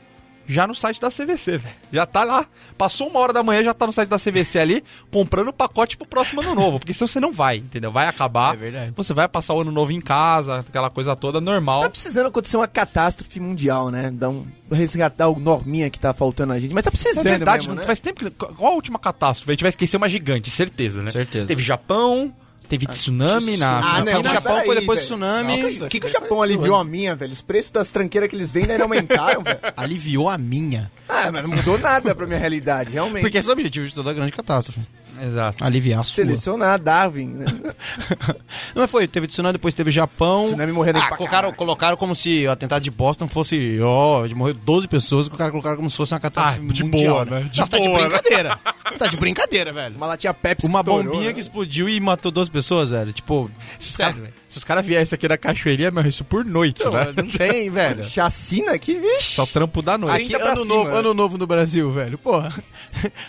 Já no site da CVC, velho. Já tá lá. Passou uma hora da manhã, já tá no site da CVC ali, comprando o pacote pro próximo ano novo. Porque senão você não vai, entendeu? Vai acabar. É verdade. Você vai passar o ano novo em casa, aquela coisa toda Tá normal. precisando acontecer uma catástrofe mundial, né? Dar um, resgatar o norminha que tá faltando a gente. Mas tá Na precisando é verdade, mesmo, não né? faz tempo que. Qual a última catástrofe? A gente vai esquecer uma gigante, certeza, né? Certeza. Teve Japão, teve tsunami na. Ah, na- não, não, o Japão peraí, foi depois do velho. tsunami. O que, que o Japão aliviou a minha, velho? Os preços das tranqueiras que eles vendem ainda aumentaram, velho. Aliviou a minha. Ah, mas não mudou nada pra minha realidade, realmente. Porque esse é o objetivo de toda grande catástrofe. Exato. Aliviar a sua. Selecionar Darwin, né? Não mas foi, teve tsunami, depois teve Japão. Tsunami morrendo ah, pra colocaram, colocaram como se o atentado de Boston fosse, ó, de morreu 12 pessoas, colocaram, colocaram como se fosse uma catástrofe Ah, de mundial, boa, né? De Não, tá de boa, né? brincadeira. tá de brincadeira, velho. Uma latinha Pepsi Uma estourou, bombinha né? que explodiu e matou 12 pessoas, velho. Tipo, sério, velho. Se os caras viessem aqui na cachoeirinha, meu, isso por noite, né? Não tem, velho. Chacina aqui, vixe. Só trampo da noite. Aqui, 30 pra ano, cima, novo, né? ano novo no Brasil, velho. Porra.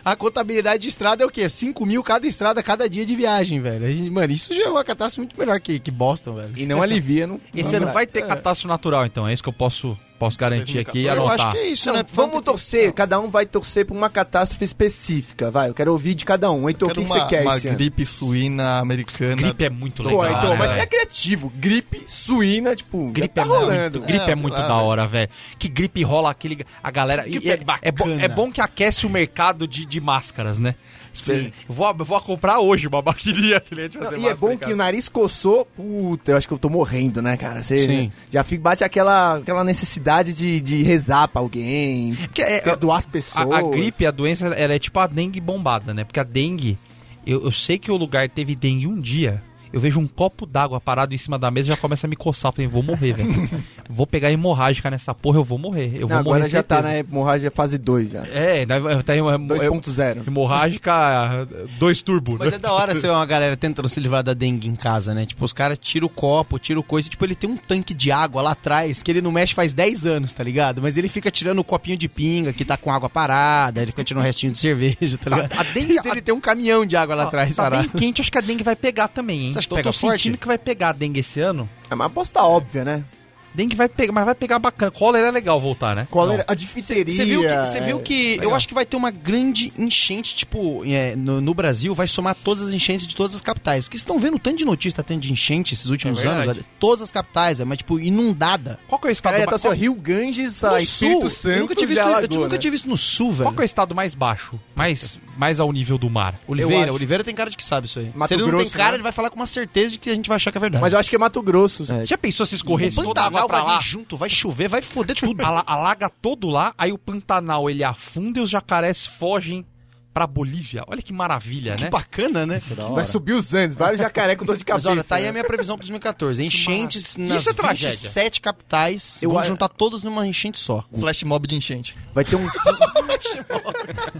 A contabilidade de estrada é o quê? 5 mil cada estrada, cada dia de viagem, velho. E, Mano, isso já é uma catástrofe muito melhor que, que Boston, velho. E não alivia, não. Esse ano vai ter catástrofe natural, então. É isso que eu posso, posso garantir aqui e Eu acho anotar. que é isso, Não, né? vamos torcer, cada um vai torcer pra uma catástrofe específica, vai. Eu quero ouvir de cada um. Heitor, o Quero que, que uma, você quer uma esse ano? gripe suína americana. Gripe é muito legal. Pô, Heitor, né, mas você velho? é criativo. Gripe, suína, tipo, Gripe tá é rolando. muito, gripe é, É, muito sei lá, da velho. hora, velho. Que gripe rola aquele a galera. e Gripe é, é bacana. é, bom, é bom que aquece o mercado de, de máscaras, né? Sim. Vou, vou comprar hoje uma baqueria. que nem a gente Não, fazer e é máscara bom em que o casa. nariz coçou, puta, eu acho que eu tô morrendo, né, cara? Você Sim. já fica, bate aquela, aquela necessidade de, de rezar pra alguém, Porque é- perdoar as pessoas. A, a gripe, a doença, ela é tipo a dengue bombada, né? Porque a dengue, eu, eu sei que o lugar teve dengue um dia. Eu vejo um copo d'água parado em cima da mesa e já começa a me coçar. Eu Falei, vou morrer, velho. vou pegar hemorrágica nessa porra, eu vou morrer. Eu Não, vou agora morrer já tá na certeza. hemorragia fase 2 já. É, né, tá em- é, 2.0. hemorrágica 2 turbo. Mas né? é da hora ser uma galera tentando se livrar da dengue em casa, né? Tipo, os caras tiram o copo, tiram coisa. Tipo, ele tem um tanque de água lá atrás que ele não mexe faz 10 anos, tá ligado? Mas ele fica tirando o copinho de pinga que tá com água parada, ele fica tirando o restinho de cerveja, tá ligado? A dengue, a, Ele tem um caminhão de água lá atrás tá bem parado. quente, acho que a dengue vai pegar também, hein? Você acha que Tô- pega tô sentindo forte? que vai pegar a dengue esse ano. É uma aposta óbvia, né? Dengue vai pegar, mas vai pegar bacana. Cólera é legal voltar, né? Cólera, a difteria... é. Você viu que, você viu que eu legal. acho que vai ter uma grande enchente, tipo, é, no, no Brasil, vai somar todas as enchentes de todas as capitais. Porque vocês estão vendo o tanto de notícia que tá tendo de enchente esses últimos anos, olha, todas as capitais, é, mas tipo, inundada. Qual que é o estado Cara, ma- tá só qual- Rio Ganges, No a Tá, Espírito sul, Santo eu nunca tinha e visto, eu Alagoas, nunca né? tinha visto no sul, velho. Qual que é o estado mais baixo? Mais, mais ao nível do mar? Oliveira, acho. Oliveira tem cara de que sabe isso aí. Mato Se ele não tem Grosso, cara, né? ele vai falar com uma certeza de que a gente vai achar que é verdade. Mas eu acho que é Mato Grosso. Você já pensou se escorresse o toda a água Pantanal pra vai lá? vir junto, vai chover, vai foder tudo. Ala- Alaga todo lá, aí o Pantanal ele afunda e os jacarés fogem pra Bolívia. Olha que maravilha, que né? bacana, né? Isso é da Vai hora. subir os Andes, vários jacaré com dor de Mas cabeça. olha, tá aí né? a minha previsão pra 2014. Enchentes nas Isso é tragédia. 27 capitais. Eu Eu vou a- juntar todas numa enchente só. Flash mob de enchente. Vai ter um... É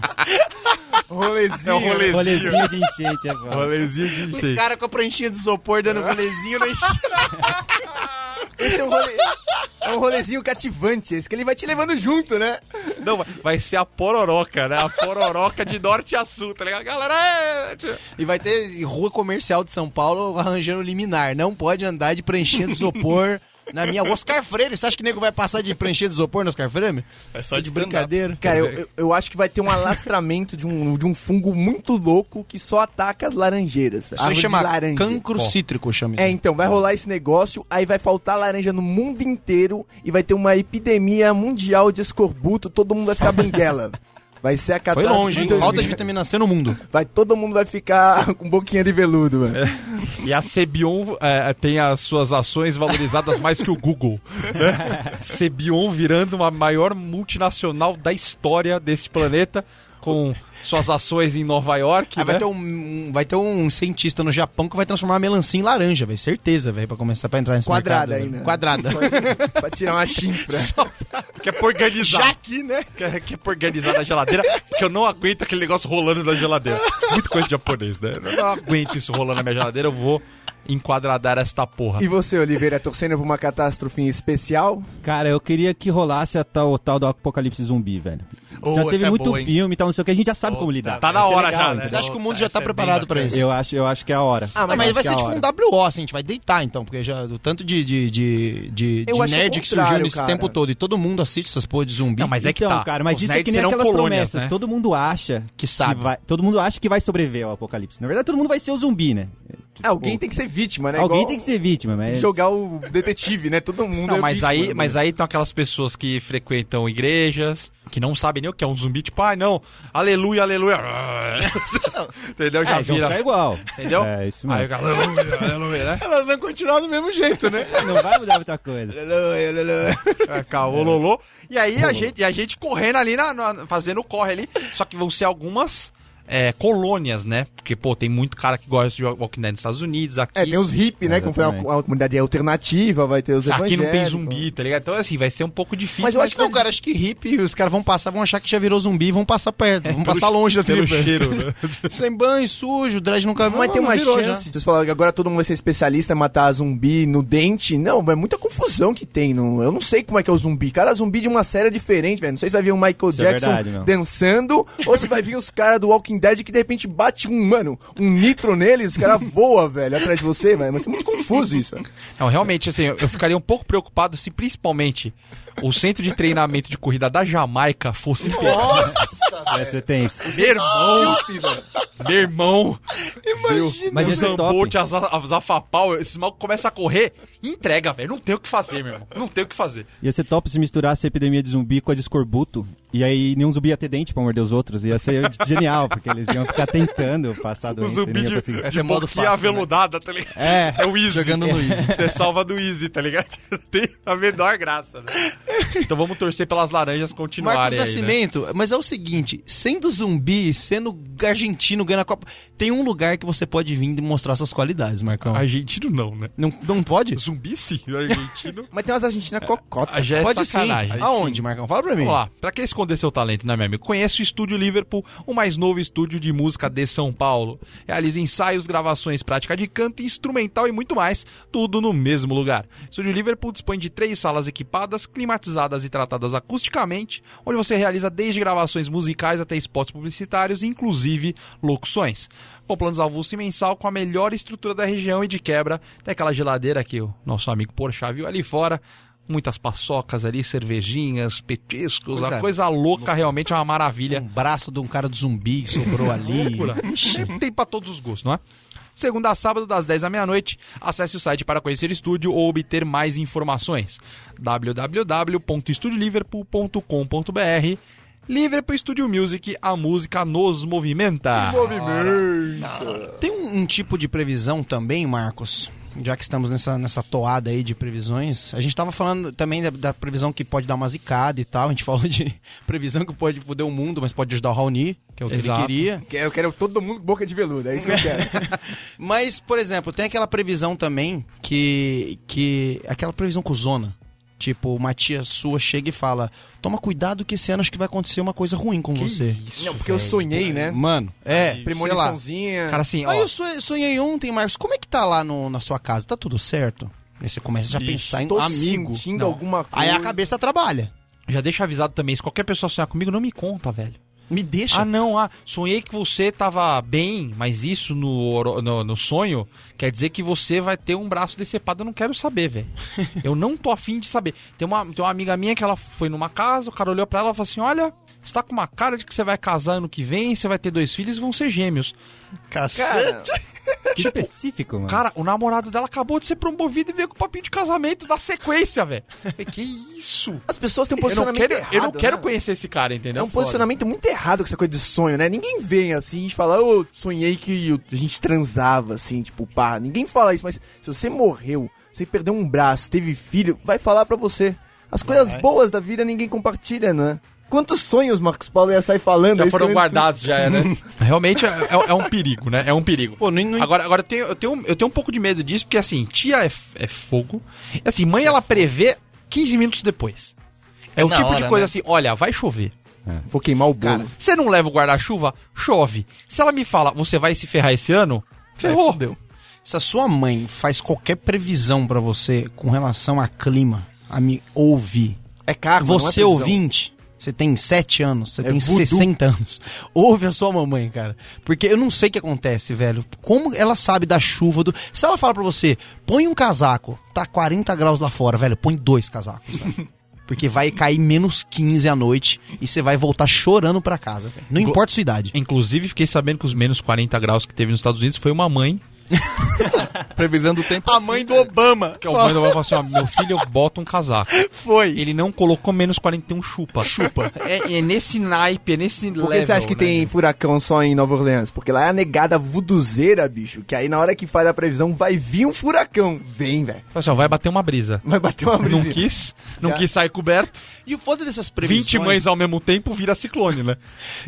um né? rolezinho. Rolezinho de enchente é agora. Rolezinho de Os caras com a pranchinha de isopor dando rolezinho na enchente. Esse é um, role... é um rolezinho cativante, esse que ele vai te levando junto, né? Não, vai- vai ser a pororoca, né? A pororoca de norte a sul, tá ligado? Galera, é... E vai ter rua comercial de São Paulo arranjando liminar. Não pode andar de pranchinha de isopor Na minha, o Oscar Freire, você acha que o nego vai passar de preencher de isopor no Oscar Freire? É só de stand-up. brincadeira. Cara, eu, eu, eu acho que vai ter um alastramento de um, de um fungo muito louco que só ataca as laranjeiras. velho. Isso aí Árvore de chama laranja. cancro cítrico, chama isso. É, então, vai rolar esse negócio, aí vai faltar laranja no mundo inteiro e vai ter uma epidemia mundial de escorbuto, todo mundo vai ficar banguela. Vai ser a Foi catástrofe. longe, hein? de Falta 2020. de vitamina C no mundo. Vai, todo mundo vai ficar com boquinha de veludo, mano. E a Cebion é, tem as suas ações valorizadas mais que o Google. Cebion virando uma maior multinacional da história desse planeta, com suas ações em Nova York. Aí né? vai, ter um, vai ter um cientista no Japão que vai transformar a melancia em laranja, velho. Certeza, velho, pra começar pra entrar nesse Quadrada mercado, ainda. velho. Quadrada. pra tirar uma chifra. Que é pra organizar. Já aqui, né? Que é, que é pra organizar na geladeira, porque eu não aguento aquele negócio rolando na geladeira. Muito coisa de japonês, né? Eu não aguento isso rolando na minha geladeira, eu vou enquadradar esta porra. E você, Oliveira, é torcendo pra uma catástrofe especial? Cara, eu queria que rolasse a tal, tal do apocalipse zumbi, velho. Ô, já essa teve é muito boa, hein? filme e tal, não sei o que, a gente já sabe Ô, como lidar. Tá na Vai ser hora já, né? entendeu? Você acha que o mundo Essa já tá é bem preparado pra bacana. isso? Eu acho, eu acho que é a hora. Ah, Ah, mas acho vai que ser é a tipo hora. um WO, assim, a gente vai deitar então, porque já do tanto de, de, de, de, Eu de acho que é o nerd que surgiu contrário, nesse cara. tempo todo e todo mundo assiste essas porra de zumbi. Não, mas é que então, tá. cara, mas Os isso é nerds que nem serão aquelas colônias, promessas. né? Todo mundo acha Que sabe. vai, todo mundo acha que vai sobreviver ao apocalipse. Na verdade, todo mundo vai ser o zumbi, né? É, Ah, alguém tem que ser vítima, né? Alguém Igual tem que ser vítima, mas Jogar o detetive, né? Todo mundo Não, é mas vítima, aí, né? mas aí estão aquelas pessoas que frequentam igrejas, que não sabem nem o que é um zumbi, tipo, ai não, aleluia, aleluia. entendeu? Já é, isso vira. ficar igual. Entendeu? É, isso Aí mesmo. o cara, aleluia, aleluia, né? Elas vão continuar do mesmo jeito, né? Não vai mudar muita coisa. Caô, lolô. E aí a gente, e a gente correndo ali, na, na- fazendo o corre ali. Só que vão ser algumas é, colônias, né? Porque, pô, tem muito cara que gosta de Walking Dead nos Estados Unidos. Aqui, É, tem os hippies, né? Como foi uma, Exatamente. uma comunidade alternativa, vai ter os aqui não tem evangélicos. zumbi, tá ligado? Então, assim, vai ser um pouco difícil. Mas eu acho que é não, cara, acho que hippie, os caras vão passar, vão achar que já virou zumbi e vão passar perto, vão passar longe da É, pelo tribo. cheiro, né? Sem banho, sujo, dread nunca viu. Mas não, tem não uma virou chance. Vocês falaram que agora todo mundo vai ser especialista em matar zumbi no dente. Não, é muita confusão que tem. Não, eu não sei como é que é o zumbi. Cada zumbi de uma série diferente, velho. Não sei se vai vir o Michael Isso é Jackson verdade, não. dançando ou se vai vir os caras do Walking Dead que de repente bate um, mano, um nitro neles, os caras voam, velho, atrás de você, velho. Mas é muito confuso isso. velho. Não, realmente, assim, eu ficaria um pouco preocupado se principalmente o centro de treinamento de corrida da Jamaica fosse Vai ser tenso. Meu irmão! Meu irmão! Imagina! Mas Mas isso é esse top. Bolt, as, as Afapau, esse mal começa a correr, entrega, velho. Não tem o que fazer, meu irmão. Não tem o que fazer. Ia ser top se misturasse a epidemia de zumbi com a de escorbuto. E aí nenhum zumbi ia ter dente pra morder os outros. Ia ser genial, porque eles iam ficar tentando passar O doença. e não zumbi ia de, conseguir. de, Essa é modo boquinha né? fácil, aveludada, tá ligado? É, É o Easy. Jogando no Easy. Você salva do Easy, tá ligado? Tem a menor graça, né? Então vamos torcer pelas laranjas Marcos continuarem aí, né? Nascimento, mas é o seguinte, sendo zumbi, sendo argentino, ganhando a Copa, tem um lugar que você pode vir e mostrar suas qualidades, Marcão. Argentino não, né? Não, não pode? Zumbi sim, argentino. Mas tem umas Argentina cocota. Ah, já é pode sacanagem. sim. Aonde, Marcão? Fala pra mim. Vamos lá, pra que esconder seu talento, né, meu amigo? Conheça o Estúdio Liverpool, o mais novo estúdio de música de São Paulo. Realiza ensaios, gravações, prática de canto, instrumental e muito mais, tudo no mesmo lugar. Estúdio Liverpool dispõe de três salas equipadas, climatizadas e tratadas acusticamente, onde você realiza desde gravações musicais até spots publicitários, inclusive locuções. Com planos avulso e mensal, com a melhor estrutura da região e de quebra, tem aquela geladeira que o nosso amigo Porchat viu ali fora, muitas paçocas ali, cervejinhas, petiscos, Coisa a coisa louca, realmente é uma maravilha. Um braço de um cara do zumbi que sobrou ali. Loucura. Tem- Tem pra todos os gostos, não é? Segunda a sábado, das 10 à meia-noite, acesse o site para conhecer o estúdio ou obter mais informações. www.estudioliverpool.com.br Liverpool Studio Music, a música nos movimenta. Tem um, um tipo de previsão também, Marcos, já que estamos nessa, nessa toada aí de previsões. A gente tava falando também da, da previsão que pode dar uma zicada e tal. A gente falou de previsão que pode foder o mundo, mas pode ajudar o Raoni, que é o que Exato. ele queria. Eu quero todo mundo com boca de veludo, é isso que eu quero. Mas, por exemplo, tem aquela previsão também que. que aquela previsão com zona. Tipo, uma tia sua chega e fala: Toma cuidado que esse ano acho que vai acontecer uma coisa ruim com você. Não, porque eu sonhei, né? Mano, é. Premoniçãozinha. Cara, assim, ó, Aí eu sonhei, sonhei ontem, Marcos, como é que tá lá no- na sua casa? Tá tudo certo? Aí você começa já a pensar em tô amigo. sentindo Não. é alguma coisa. Aí a cabeça trabalha. já deixa avisado também, se qualquer pessoa sonhar comigo, não me conta, velho. Me deixa. Ah, não, ah, sonhei que você tava bem, mas isso no, oro- no, no sonho quer dizer que você vai ter um braço decepado. Eu não quero saber, velho. Eu não tô afim de saber. Tem uma, tem uma amiga minha que ela foi numa casa, o cara olhou pra ela e falou assim: Olha, você tá com uma cara de que você vai casar ano que vem, você vai ter dois filhos e vão ser gêmeos. Cara, Que específico, Ah. mano. Cara, o namorado dela acabou de ser promovido e veio com o papinho de casamento da sequência, velho. Falei, Que isso? as pessoas têm um Eu não posicionamento quero, errado. eu não quero né? conhecer esse cara, entendeu? É um Foda. posicionamento muito errado com essa coisa de sonho, né? Ninguém vem assim e fala, eu sonhei que eu- a gente transava, assim, tipo, pá. Ninguém fala isso, mas se você morreu, você perdeu um braço, teve filho, vai falar pra você. As coisas boas da vida ninguém compartilha, né? Quantos sonhos Marcos Paulo ia sair falando? Já Isso foram que eu- guardados, já é, né? Realmente é, é- é um perigo, né? É um perigo. Pô, nem, nem- Agora, agora eu, tenho, eu, tenho, eu tenho um pouco de medo disso, porque assim, tia é, f- é fogo. E assim, mãe ela prevê 15 minutos depois. É, É o na tipo de hora, coisa né? assim, olha, vai chover. Vou queimar o bolo. Você não leva o guarda-chuva? Chove. Se ela me fala, você vai se ferrar esse ano? Ferrou. Fudeu. Se a sua mãe faz qualquer previsão pra você com relação a clima, a me ouvir, é caro, não é você prisão. ouvinte, você tem 7 anos, você tem voodoo. 60 anos. Ouve a sua mamãe, cara. Porque eu não sei o que acontece, velho. Como ela sabe da chuva do. Se ela fala pra você, põe um casaco, tá 40 graus lá fora, velho, põe dois casacos, velho. Porque vai cair menos 15 à noite e você vai voltar chorando pra casa, velho. Não Go- importa a sua idade. Inclusive, fiquei sabendo que os menos 40 graus que teve nos Estados Unidos foi uma mãe. Previsão do tempo. assim, cara. Obama. Que a mãe do falou assim: ó, meu filho, bota um casaco. Foi. Ele não colocou menos 41, chupa. Chupa. É, é nesse naipe, é nesse Por que você acha que né? tem furacão só em Nova Orleans? Porque lá é a negada vuduzeira, bicho. Que aí na hora que faz a previsão vai vir um furacão. Vem, velho. Fala assim, ó, vai bater uma brisa. Vai bater uma brisa. Não quis, não Já. quis sair coberto. E o foda dessas 20 mães ao mesmo tempo vira ciclone, né?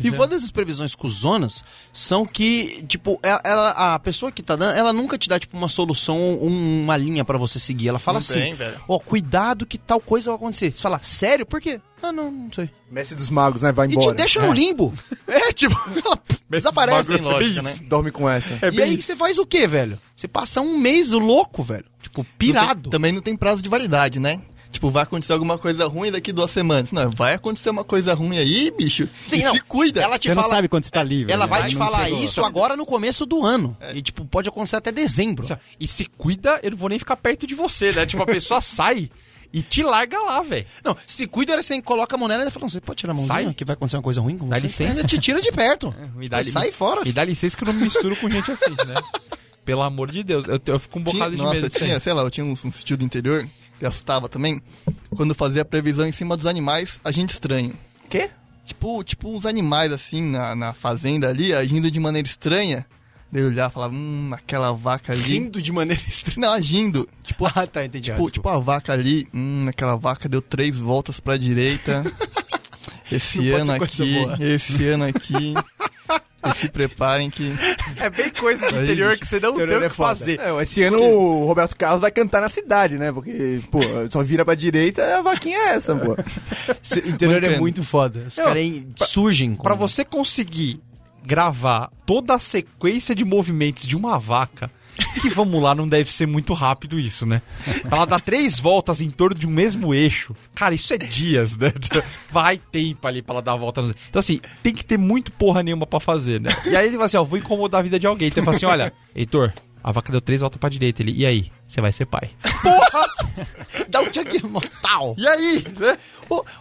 E uma dessas previsões cuzonas são que, tipo, ela, ela- a pessoa que tá dando, ela nunca te dá, tipo, uma solução, um- uma linha pra você seguir. Ela fala Não assim, tem, velho. ó, cuidado que tal coisa vai acontecer. Você fala, sério? Por quê? Ah, não, não sei. Mestre dos magos, né? Vai E embora. te deixa no limbo. É, tipo, ela É pff, desaparece. Sem lógica, né? Dorme com essa. É e aí você faz o quê, velho? Você passa um mês louco, velho. Tipo, pirado. Também não tem prazo de validade, né? Tipo, vai acontecer alguma coisa ruim daqui duas semanas. Não, vai acontecer uma coisa ruim aí, bicho. Sim, e não. se cuida. Ela te Você não fala- sabe quando você tá livre. Ela né? vai Aí te não falar chegou. isso agora no começo do ano. É. E, tipo, pode acontecer até dezembro. Assim, ó, E se cuida, eu não vou nem ficar perto de você, né? Tipo, a pessoa sai e te larga lá, velho. Não, se cuida, ela assim, coloca a mão nela e fala, não, você pode tirar a mãozinha Sai. que vai acontecer uma coisa ruim com Dá você? licença. Ela te tira de perto. me dá Ela li- sai fora. E dá licença que eu não me misturo com gente assim, né? Pelo amor de Deus, eu, eu fico um Tinha, bocado de nossa, medo. disso aí. tinha, sei lá, eu tinha um, um sentido do interior, que assustava também, quando fazia a previsão em cima dos animais, agindo estranho. Quê? Tipo, tipo os animais, assim, na, na fazenda ali, agindo de maneira estranha. Daí eu olhava e falava, hum, aquela vaca ali... de maneira estranha. Não, agindo. Tipo, Ah, tá, entendi. Tipo, tipo a vaca ali, hum, aquela vaca deu três voltas pra direita. Esse Não pode ano ser coisa aqui, boa. esse ano aqui. E se preparem que. tipo, É bem coisa do Aí, interior bicho, que você não tem o que fazer. É, esse ano o Roberto Carlos vai cantar na cidade, né? Porque, pô, só vira pra direita, a vaquinha é essa, pô. o interior Mantendo. é muito foda. Os caras aí surgem. Pra você conseguir gravar toda a sequência de movimentos de uma vaca, que vamos lá, não deve ser muito rápido isso, né? Ela dá três voltas em torno de um mesmo eixo. Cara, isso é dias, né? Vai tempo ali pra ela dar a volta. no- Então, assim, tem que ter muito porra nenhuma pra fazer, né? E aí ele fala assim: ó, vou incomodar a vida de alguém. Então ele fala assim: olha, Heitor. A vaca deu três voltas pra direita. Ele, e aí? Você vai ser pai. dá um check mortal. E aí?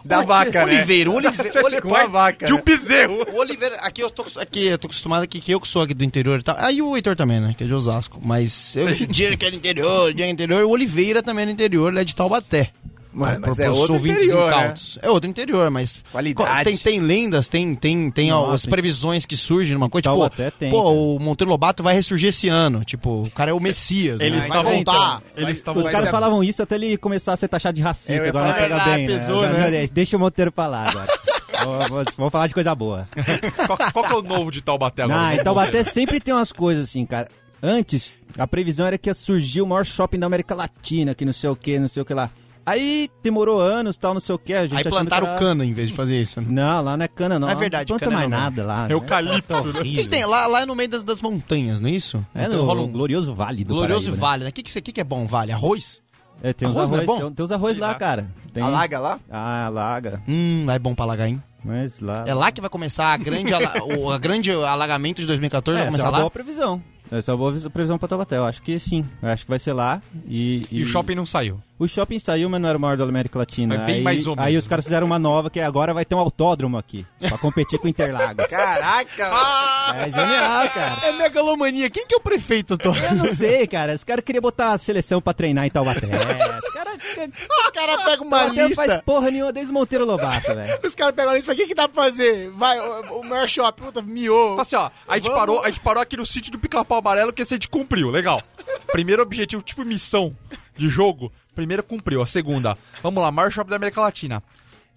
Da vaca, né? Oliveira, Oliveira, Oliveira, Com a vaca. De um bezerro. O Oliveira, aqui eu tô, aqui eu tô acostumado aqui, que eu que sou aqui do interior e tal. Aí o Heitor também, né? Que é de Osasco. Mas eu dia que é do interior, dia que é do interior. O Oliveira também é do interior, ele é de Taubaté. Mano, mas Pro- é pros outro ouvintes interior, né? incautos. É outro interior, mas. Qualidade. Tem, tem lendas, tem, tem, tem ó, Nossa, as previsões que surgem numa coisa. Então, Tipo, até tem, pô, cara. o Monteiro Lobato vai ressurgir esse ano. Tipo, o cara é o Messias. Ele né? estava vai voltar. Eles estavam Os caras é- falavam isso até ele começar a ser taxado de racista. Eu ia Agora vai falar, pegar ah, bem, pesou, né? né? Não, Deixa o Monteiro falar agora. Vamos- Vamos vamos falar de coisa boa. Qual, qual que é o novo de Tá Taubaté agora? Ah, então até sempre tem umas coisas assim, cara. Antes, a previsão era que ia surgir o maior shopping da América Latina, que não sei o que, não sei o que lá. Aí demorou anos, tal, não sei o que. A gente Aí achando plantaram que era- cana em vez de fazer isso. né? Não, lá não é cana, não. É verdade, Não planta cana mais não, nada lá. né? Eucalipto, Tá O horrível. que, que tem? Lá, lá é no meio das, das montanhas, não é isso? É Então no rola um glorioso vale do glorioso Paraíba, né? vale, né? O que, que, isso- que que é bom vale? Arroz? É, tem uns Arroz arroz, não é bom? tem, tem uns arroz lá, cara. Tem... Alaga lá? Ah, alaga. Hum, lá é bom pra lagar, hein? Mas lá. É lá que vai começar a grande, ala- o a grande alagamento de 2014, vai essa é começar uma lá? boa previsão. Essa é uma boa previsão pra Taubaté. Eu acho que sim. Eu acho que vai ser lá. E, E o shopping não saiu. O shopping saiu, mas não era o maior da América Latina. Mas bem aí, mais ou aí menos. né? os caras fizeram uma nova, que agora vai ter um autódromo aqui. Pra competir com Interlagos. Caraca! é genial, cara. É megalomania. Quem que é o prefeito, Tô? Eu não sei, cara. Os caras queriam botar a seleção pra treinar em Taubaté. Os caras... é, o cara pega uma Taubaté não lista. faz porra nenhuma desde o Monteiro Lobato, velho. Os caras pegam a lista e falam, o que, que dá pra fazer? Vai, o, o maior shopping, puta, miou. Fala assim, ó, a gente, parou, a gente parou aqui no sítio do Pica-Pau Amarelo que esse a gente cumpriu, legal. Primeiro objetivo, tipo missão de jogo, primeiro cumpriu. A segunda, vamos lá, maior shopping da América Latina.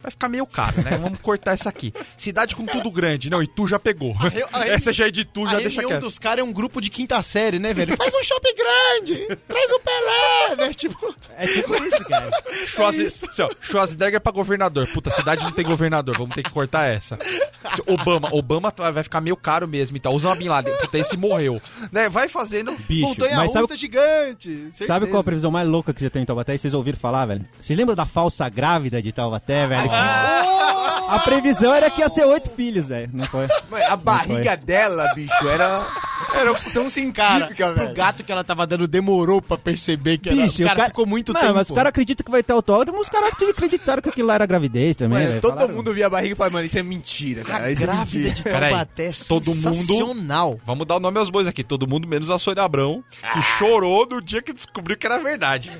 Vai ficar meio caro, né? Vamos cortar essa aqui. Cidade com tudo grande. Não, Itu já pegou. a- essa já é de Itu, já A deixa reunião quieto. dos caras é um grupo de quinta série, né, velho? Faz um shopping grande! Traz o Pelé, né? Tipo, É tipo isso, cara. Schwarze- assim, ó, Schwarzenegger pra governador. Puta, cidade não tem governador, vamos ter que cortar essa. Assim, Obama, Obama tá- vai ficar meio caro mesmo, então. Usama Bin Laden, puta, esse morreu. Né? Vai fazendo. Bicho, mas sabe, é gigante! sabe qual é a previsão mais louca que já tem em Taubaté? E Vocês ouviram falar, velho? Vocês lembram da falsa grávida de Taubaté, velho? Ah! A previsão era que ia ser oito filhos, velho. Não foi? Mano, a barriga foi. dela, bicho, era, era opção científica, Pro velho. gato que ela tava dando demorou pra perceber que Bicho, era... o cara ficou muito Mano, tempo. mas os caras acreditam que vai ter autódromo, os caras acreditaram que aquilo lá era gravidez também, Mano, velho. todo Falaram- mundo via a barriga e falava, mano, isso é mentira, cara. Isso é Tá Grávida mentira. de Peraí, Taubaté, é todo mundo- sensacional. Vamos dar o nome aos bois aqui, todo mundo menos a Sônia Abrão, Ah. que chorou no dia que descobriu que era verdade.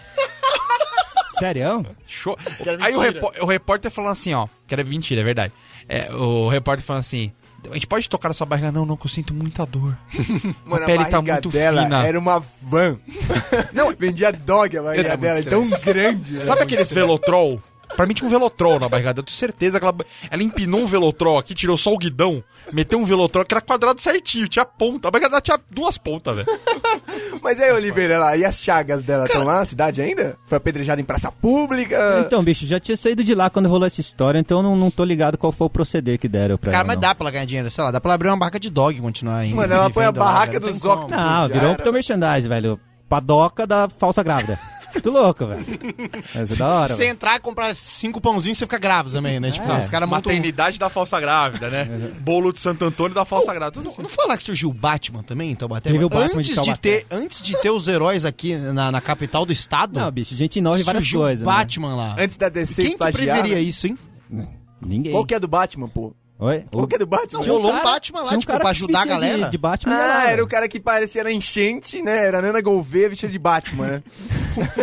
Sério? Cho- Aí o, repó- o repórter falando assim, ó, que era mentira, é verdade. É, o repórter falando assim, a gente pode tocar na sua barriga? Não, não, que eu sinto muita dor. Mano, a pele tá barriga muito dela fina. era uma van. Não, vendia dog a barriga Era muito dela, tão um grande. Sabe aqueles velotrol? Pra mim tinha um velotrol na barrigada, eu tenho certeza que ela, ela empinou um velotrol aqui, tirou só o guidão, meteu um velotrol que era quadrado certinho, tinha ponta, a barrigada tinha duas pontas, velho. É Mas aí, Oliveira, lá, e as chagas dela estão lá na cidade ainda? Foi apedrejada em praça É. pública? Então, bicho, já tinha saído de lá quando rolou essa história, então eu não, não tô ligado qual foi o proceder que deram pra Cara, ela. mas não. dá pra ela ganhar dinheiro, sei lá, dá pra ela abrir uma barca de dog e continuar ainda. É, Mano, ela põe a vivendo lá, barraca velho, não dos tem como. óculos. Não, Já virou um era. teu merchandise, velho. Padoca da falsa grávida. Muito louco, velho. Mas é da hora. Você velho. entrar e comprar cinco pãozinhos, você fica grávida também, né? Tipo, É. os caras montam... Maternidade da falsa grávida, né? Bolo de Santo Antônio da Uh! falsa grávida. Tudo Não, não foi lá que surgiu o Batman também em Taubaté? Teve o Mano, Batman de antes Taubaté. ter, antes de ter os heróis aqui na, na capital do estado, Não, bicho, gente inova em várias surgiu o coisas. né? Batman lá. Antes da DC Quem que plagiar, preveria né? isso, hein? Ninguém. Qual que é do Batman, pô? Oi? Qual que é do Batman? Não, rolou um Batman lá, tinha tipo, pra que se ajudar a vestia de- galera. De, Batman ah, lá, era velho. o cara que parecia na enchente, né? Era a Nana Gouveia vestida de Batman, né?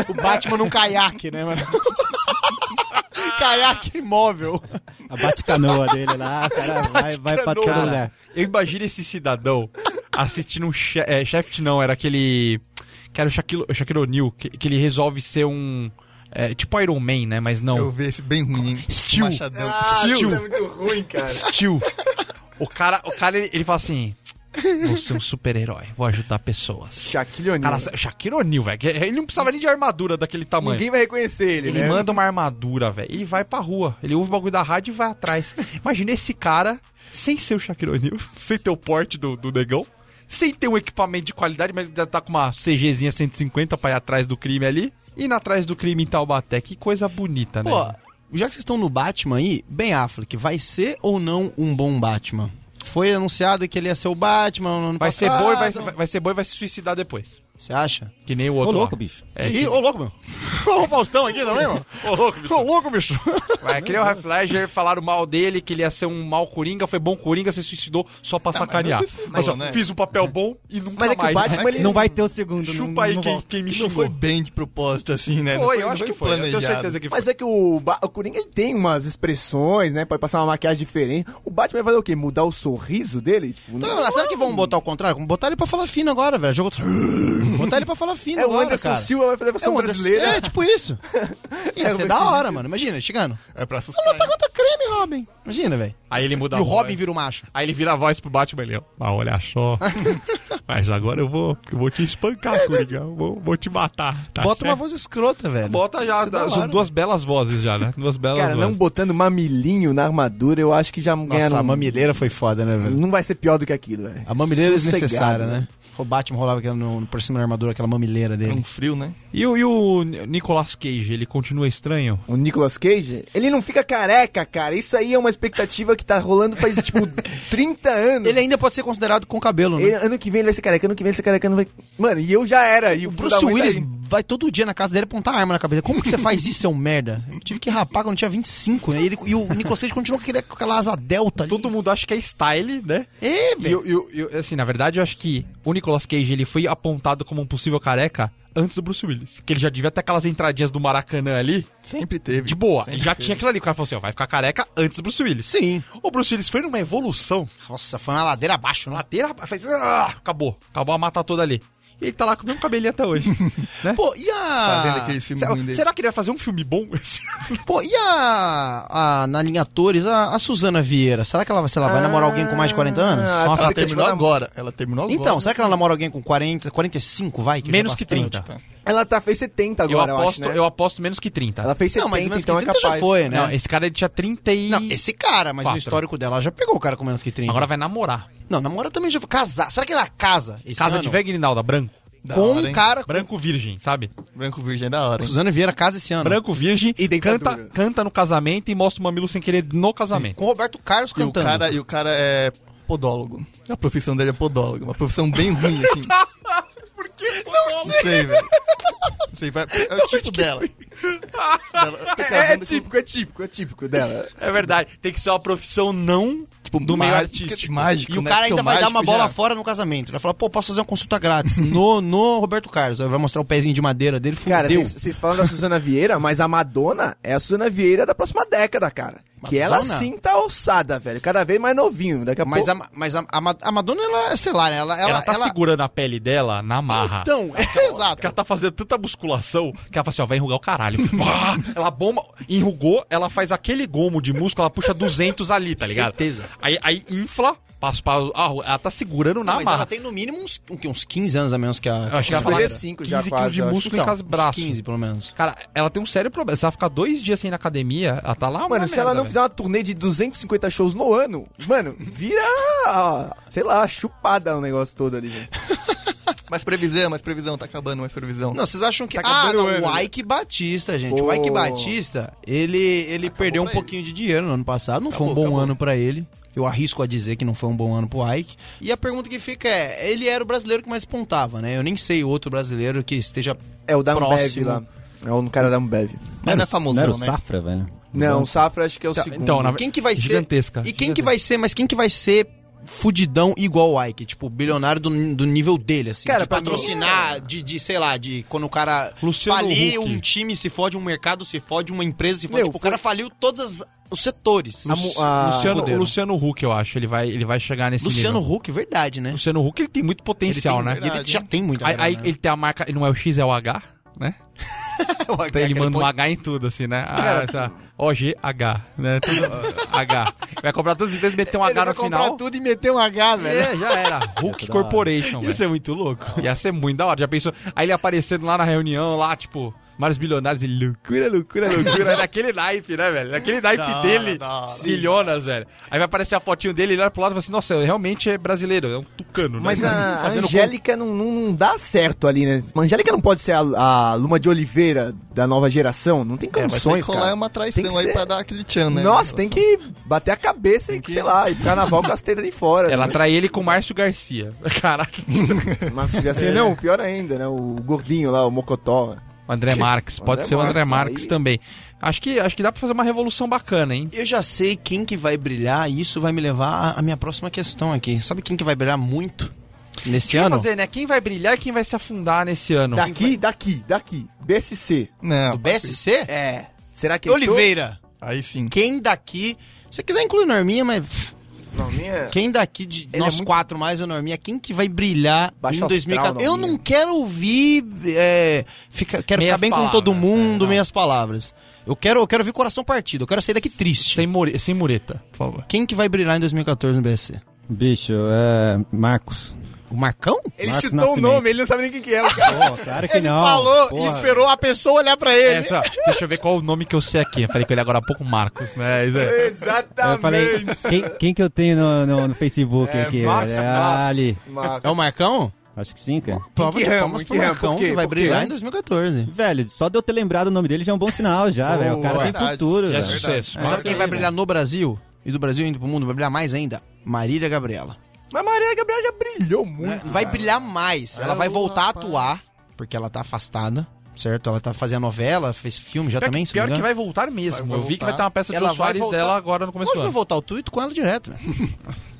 O Batman num caiaque, né, mano? caiaque imóvel. A Batcanoa dele lá, o cara vai, vai pra todo Cara, lugar. Eu imagino esse cidadão assistindo um che é, Shaft, não, era aquele. Que era o Shaquille, o Shaquille O'Neal, que, que ele resolve ser um. é, tipo Iron Man, né? Mas não. Eu vi esse bem ruim, hein? Steel. Ah, Machadão. isso é muito ruim, cara. Steel. O cara, o cara ele, ele fala assim: Vou ser um super-herói, vou ajudar pessoas. Shaquille O'Neal. Cara, Shaquille O'Neal, velho. que Ele não precisava nem de armadura daquele tamanho. Ninguém vai reconhecer ele, Ele né? manda uma armadura, velho. Ele vai pra rua. Ele ouve o bagulho da rádio e vai atrás. Imagina esse cara, sem ser o Shaquille O'Neal, sem ter o porte do, do negão, sem ter um equipamento de qualidade, mas ainda tá com uma CGzinha 150 pra ir atrás do crime ali. Indo atrás do crime em Taubaté. Que coisa bonita, né? Pô, já que vocês estão no Batman aí, Ben Affleck, vai ser ou não um bom Batman? Foi anunciado que ele ia ser o Batman no ano vai ser passado. boi, vai, vai, vai ser boi, vai se suicidar depois. Você acha? Que nem o Ô, outro. louco, lá. bicho. É, Ih, ô louco, meu. Ô, o Faustão aqui também, mano. Ô, louco, bicho. Ô, louco, bicho. Vai, que nem é o Heath Ledger, falaram mal dele, que ele ia ser um mau coringa, foi bom coringa, se suicidou só pra sacanear. mas esse- Ah, Mas, ó, né? fiz um papel bom e nunca Mas é que o mais. né? Batman, ele... Não vai ter o segundo. não, Chupa aí não quem, volta. quem me Não xingou. foi bem de propósito, assim, né? Não Foi, não eu acho que foi. Eu tenho certeza que foi. Mas é que o, Ba- o Coringa ele tem umas expressões, né? Pode passar uma maquiagem diferente. O Batman vai fazer o quê? Mudar o sorriso dele? Tipo, não. Então, vamos lá, será que vão botar o contrário? Vamos botar ele pra falar fino agora, velho. Jogo... Botar ele pra falar fino É, o agora, Anderson cara. Silva vai fazer a É, versão o Anderson- brasileira. é, tipo isso. Ia eu ser vou da te hora, dizer. mano. Imagina, chegando. É pra assustar. Vamos lutar contra creme, Robin. Imagina, velho. Aí ele muda E a o voz. Robin vira o macho. Aí ele vira a voz pro Batman ele, ó, ah, olha só. Mas agora eu vou, eu vou te espancar, Coringa. Eu Vou, vou te matar. tá Bota uma certo? voz escrota, velho. Bota já, Isso é da são hora. duas belas vozes já, né? Duas belas Cara, vozes. não botando mamilinho na armadura, eu acho que já Nossa, ganharam... a mamileira foi foda, né, velho? Não vai ser pior do que aquilo, velho. A mamileira é Sossegado, desnecessária, né? O Batman rolava aquela no, por cima da armadura, aquela mamileira É um dele. frio, né? E o, e o Nicolas Cage, ele continua estranho? O Nicolas Cage, ele não fica careca, cara. Isso aí é uma expectativa que tá rolando faz, tipo, 30 anos. Ele é ainda pode ser considerado com cabelo, né? Ele- ano que vem ele vai ser careca, ano que vem ele vai ser careca, não vai... Mano, e eu já era. E o O filho da Bruce mãe tá Willis aí. vai todo dia na casa dele apontar arma na cabeça. Como que você faz isso, seu merda? Eu tive que rapar quando eu tinha 25, né? E, ele, e o Nicolas Cage continua com aquele- com aquela asa delta ali. Todo mundo acha que é style, né? É, E velho. eu, eu- eu- assim, na verdade, eu acho que o Nicolas Cage ele foi apontado como um possível careca antes do Bruce Willis. Que ele já devia ter aquelas entradinhas do Maracanã ali, Sempre teve. de boa. Sempre Ele já teve. tinha aquilo ali. O cara falou assim: ó, vai ficar careca antes do Bruce Willis. Sim. O Bruce Willis foi numa evolução. Nossa, foi uma ladeira abaixo, né? Ladeira, rapaz, faz. ah, acabou. Acabou a mata toda ali. E ele tá lá com o mesmo cabelinho até hoje. né? Pô, e Tá vendo a. aquele filme ruim será, dele? será que ele vai fazer um filme bom? Esse- Pô, e a. a- na linha atores, a, a Suzana Vieira? Será que ela, vai- sei lá, vai namorar alguém com mais de 40 anos? Ah, Nossa, ela porque, tipo, terminou ela- agora. Ela terminou agora. Então, será que ela namora alguém com 40, 45, vai? já é Menos que bastante? 30. Ela tá, fez 70 Eu agora, eu, aposto, acho, né? eu aposto menos que 30. Ela fez 70, Não, mas menos então que é 30 capaz. já foi, né? Não, esse cara ele tinha 30 e. Não, esse cara, mas no Quatro. histórico dela, ela já pegou o cara com menos que 30. Agora vai namorar. Não, namora também já. Casar. Será que ela casa? Esse é Casa ano? de Vegrinalda, branco. Da Com hora, um hein? cara. Branco virgem, sabe? Branco Virgem é da Então, hora. hein? Suzana Vieira casa esse ano. Branco virgem E dentadura. canta, canta no casamento e mostra o mamilo sem querer no casamento. Com Roberto Carlos E o, cantando. cara, e o cara é podólogo. A profissão dele é podólogo. Uma profissão bem ruim, assim. Não sei, velho. Não sei, vai- é o tipo dela. Dela tá É, é casando típico, é típico, é típico dela. É verdade. Tem que ser uma profissão não com, tipo, do meio mágico- artístico. Mágico, E o né? cara Porque ainda vai dar mágico uma bola já- fora no casamento. Ele vai falar, pô, posso fazer uma consulta grátis no, no Roberto Carlos. Aí vai mostrar o pezinho de madeira dele, fudeu. Cara, vocês- vocês falam da Suzana Vieira, mas a Madonna é a Suzana Vieira da próxima década, cara. Que ela Madonna? sim tá ossada, velho. Cada vez mais novinho. Daqui a mas pouco. a, mas a, a Ma- a Madonna, ela, sei lá, né? Ela, ela, Ela, tá ela- segurando a pele dela na marra. Então, é, Porque exato. ela tá fazendo tanta musculação que ela fala assim, ó, vai enrugar o caralho. Pá! ela bomba, enrugou, ela faz aquele gomo de músculo, ela puxa 200 ali, tá ligado? Certeza. Aí, aí infla, passa pra... Ah, ela tá segurando na Não, mas marra. ela tem no mínimo uns, o quê? uns 15 anos a menos que a. Eu achei que ela Uns falava 35 já 15 quilos quase, de eu acho. músculo em Então, cada uns braço. 15, pelo menos. Cara, ela tem um sério problema. Se ela ficar dois dias sem ir na academia, ela tá lá uma Mano, se ela merda, não velho. fizer uma turnê de 250 shows no ano, mano, vira. ah, Sei lá, chupada o negócio todo ali, velho. Mas previsão, mas previsão. Tá acabando, mas previsão. Não, vocês acham que. Tá ah, acabando não, o ano, o né? Ike Batista, gente. Pô. O Ike Batista, ele, ele perdeu um pouquinho de dinheiro no ano passado. Não foi um bom ano pra ele. Eu arrisco a dizer que não foi um bom ano pro Ike. E a pergunta que fica é: ele era o brasileiro que mais pontava, né? Eu nem sei outro brasileiro que esteja. É o da Ambev Próximo. lá. É o cara da Ambev. Mas não é o- famosão, não era o né? Safra, velho. Não, o Safra acho que é o Tá, segundo. então, na- Quem que vai ser. Gigantesca. E quem que vai ser, mas quem que vai ser fudidão igual o Ike? Tipo, bilionário do, do nível dele, assim. Cara, de pra mim- é. patrocinar, de, de, sei lá, de quando o cara Luciano falir, Huck. um time se fode, um mercado se fode, uma empresa se fode. Meu, tipo, foi- o cara faliu todos os setores. A mu- a- Luciano, fuderam. o Luciano Huck, eu acho, ele vai, ele vai chegar nesse Luciano nível. Huck, verdade, né? Luciano Huck, ele tem muito potencial, Ele tem né? verdade. Ele já tem muita Aí, grana, aí né? ele tem a marca, ele não é o X, é o H, né? Então ele manda um H em tudo, assim, né? Ah, essa- O, G, H, né? Tudo, ah, H. Vai comprar todas as vezes, meter um H no final. tudo e meter um H, É, já era. Hulk Ia ser da hora. Corporation, velho. Isso é muito louco. Ia ser muito da hora. Já pensou? Aí ele aparecendo lá na reunião, lá, tipo, vários bilionários, ele loucura, loucura, loucura. Naquele naipe, né, velho? Naquele naipe dele, bilhonas, velho. Aí vai aparecer a fotinho dele, ele olha pro lado e fala assim, nossa, eu realmente é brasileiro, é um tucano, né? Mas a Fazendo Angélica não, não- não dá certo ali, né? A Angélica não pode ser a, a Luma de Oliveira da nova geração. Não tem É, mas tem que condições, rolar cara. uma Tem traição que aí ser- pra dar aquele tchan, né? Nossa, tem que bater a cabeça e, que- sei lá, e pro carnaval com as tetas de fora. Ela né? trai ele com o Márcio Garcia. Caraca. Mas assim, não, pior ainda, né? O gordinho lá, o Mocotó. O André Marques, pode André ser o André Marques, Marques aí- também. Acho que, acho que dá pra fazer uma revolução bacana, hein? Eu já sei quem que vai brilhar e isso vai me levar à- à minha próxima questão aqui. Sabe quem que vai brilhar muito nesse ano? fazer, né? Quem vai brilhar e quem vai se afundar nesse ano? Daqui, daqui, daqui. BSC. O Não, BSC? É. Será que Oliveira. aí sim. Quem daqui... Se você quiser incluir o Norminha, mas pff, Norminha. quem daqui de é nós muito- quatro mais o Norminha, quem que vai brilhar Baixo em astral, 2014? Eu Norminha. não quero ouvir... é, fica- quero Meias ficar bem com todo palavras, mundo, é, não. meias palavras. Eu quero, eu quero ouvir coração partido, eu quero sair daqui triste. Sem, more... Sem mureta, por favor. Quem que vai brilhar em 2014 no BSC? Bicho, é. Marcos. O Marcão? Ele Marcos chutou Nascimento. o nome, ele não sabe nem quem que é. o cara. Pô, claro que não. Porra. a pessoa olhar para Essa, É, deixa eu ver qual o nome que eu sei aqui. Eu falei com ele agora há pouco, Marcos, né? Isso é- Aí Exatamente. Eu falei, quem, quem que eu tenho no, no- no Facebook aqui? Marcos É, Marcos. ali. Marcos. É o Marcão? Acho que sim, cara. Palma que de ramo? palmas Em pro que ramo? Marcão, Por quê? que vai Por quê? brilhar em 2014. Velho, só de eu ter lembrado o nome dele já é um bom sinal, já, velho. O cara é tem verdade. futuro, Já é velho. sucesso. É Mas- isso Sabe quem vai aí, né? velho. brilhar no Brasil? E do Brasil indo pro mundo, vai brilhar mais ainda? Marília Gabriela. Mas Maria Gabriela já brilhou Né? muito. Vai brilhar mais. Ela vai voltar a atuar, porque ela tá afastada, certo? Ela tá fazendo novela, fez filme já Pior, também, que, pior que vai voltar mesmo. Vai eu vi que voltar. vai ter uma peça de Ela Jô vai Soares voltar. dela agora no começo Hoje do vai ano. voltar o tuito com ela direto, né?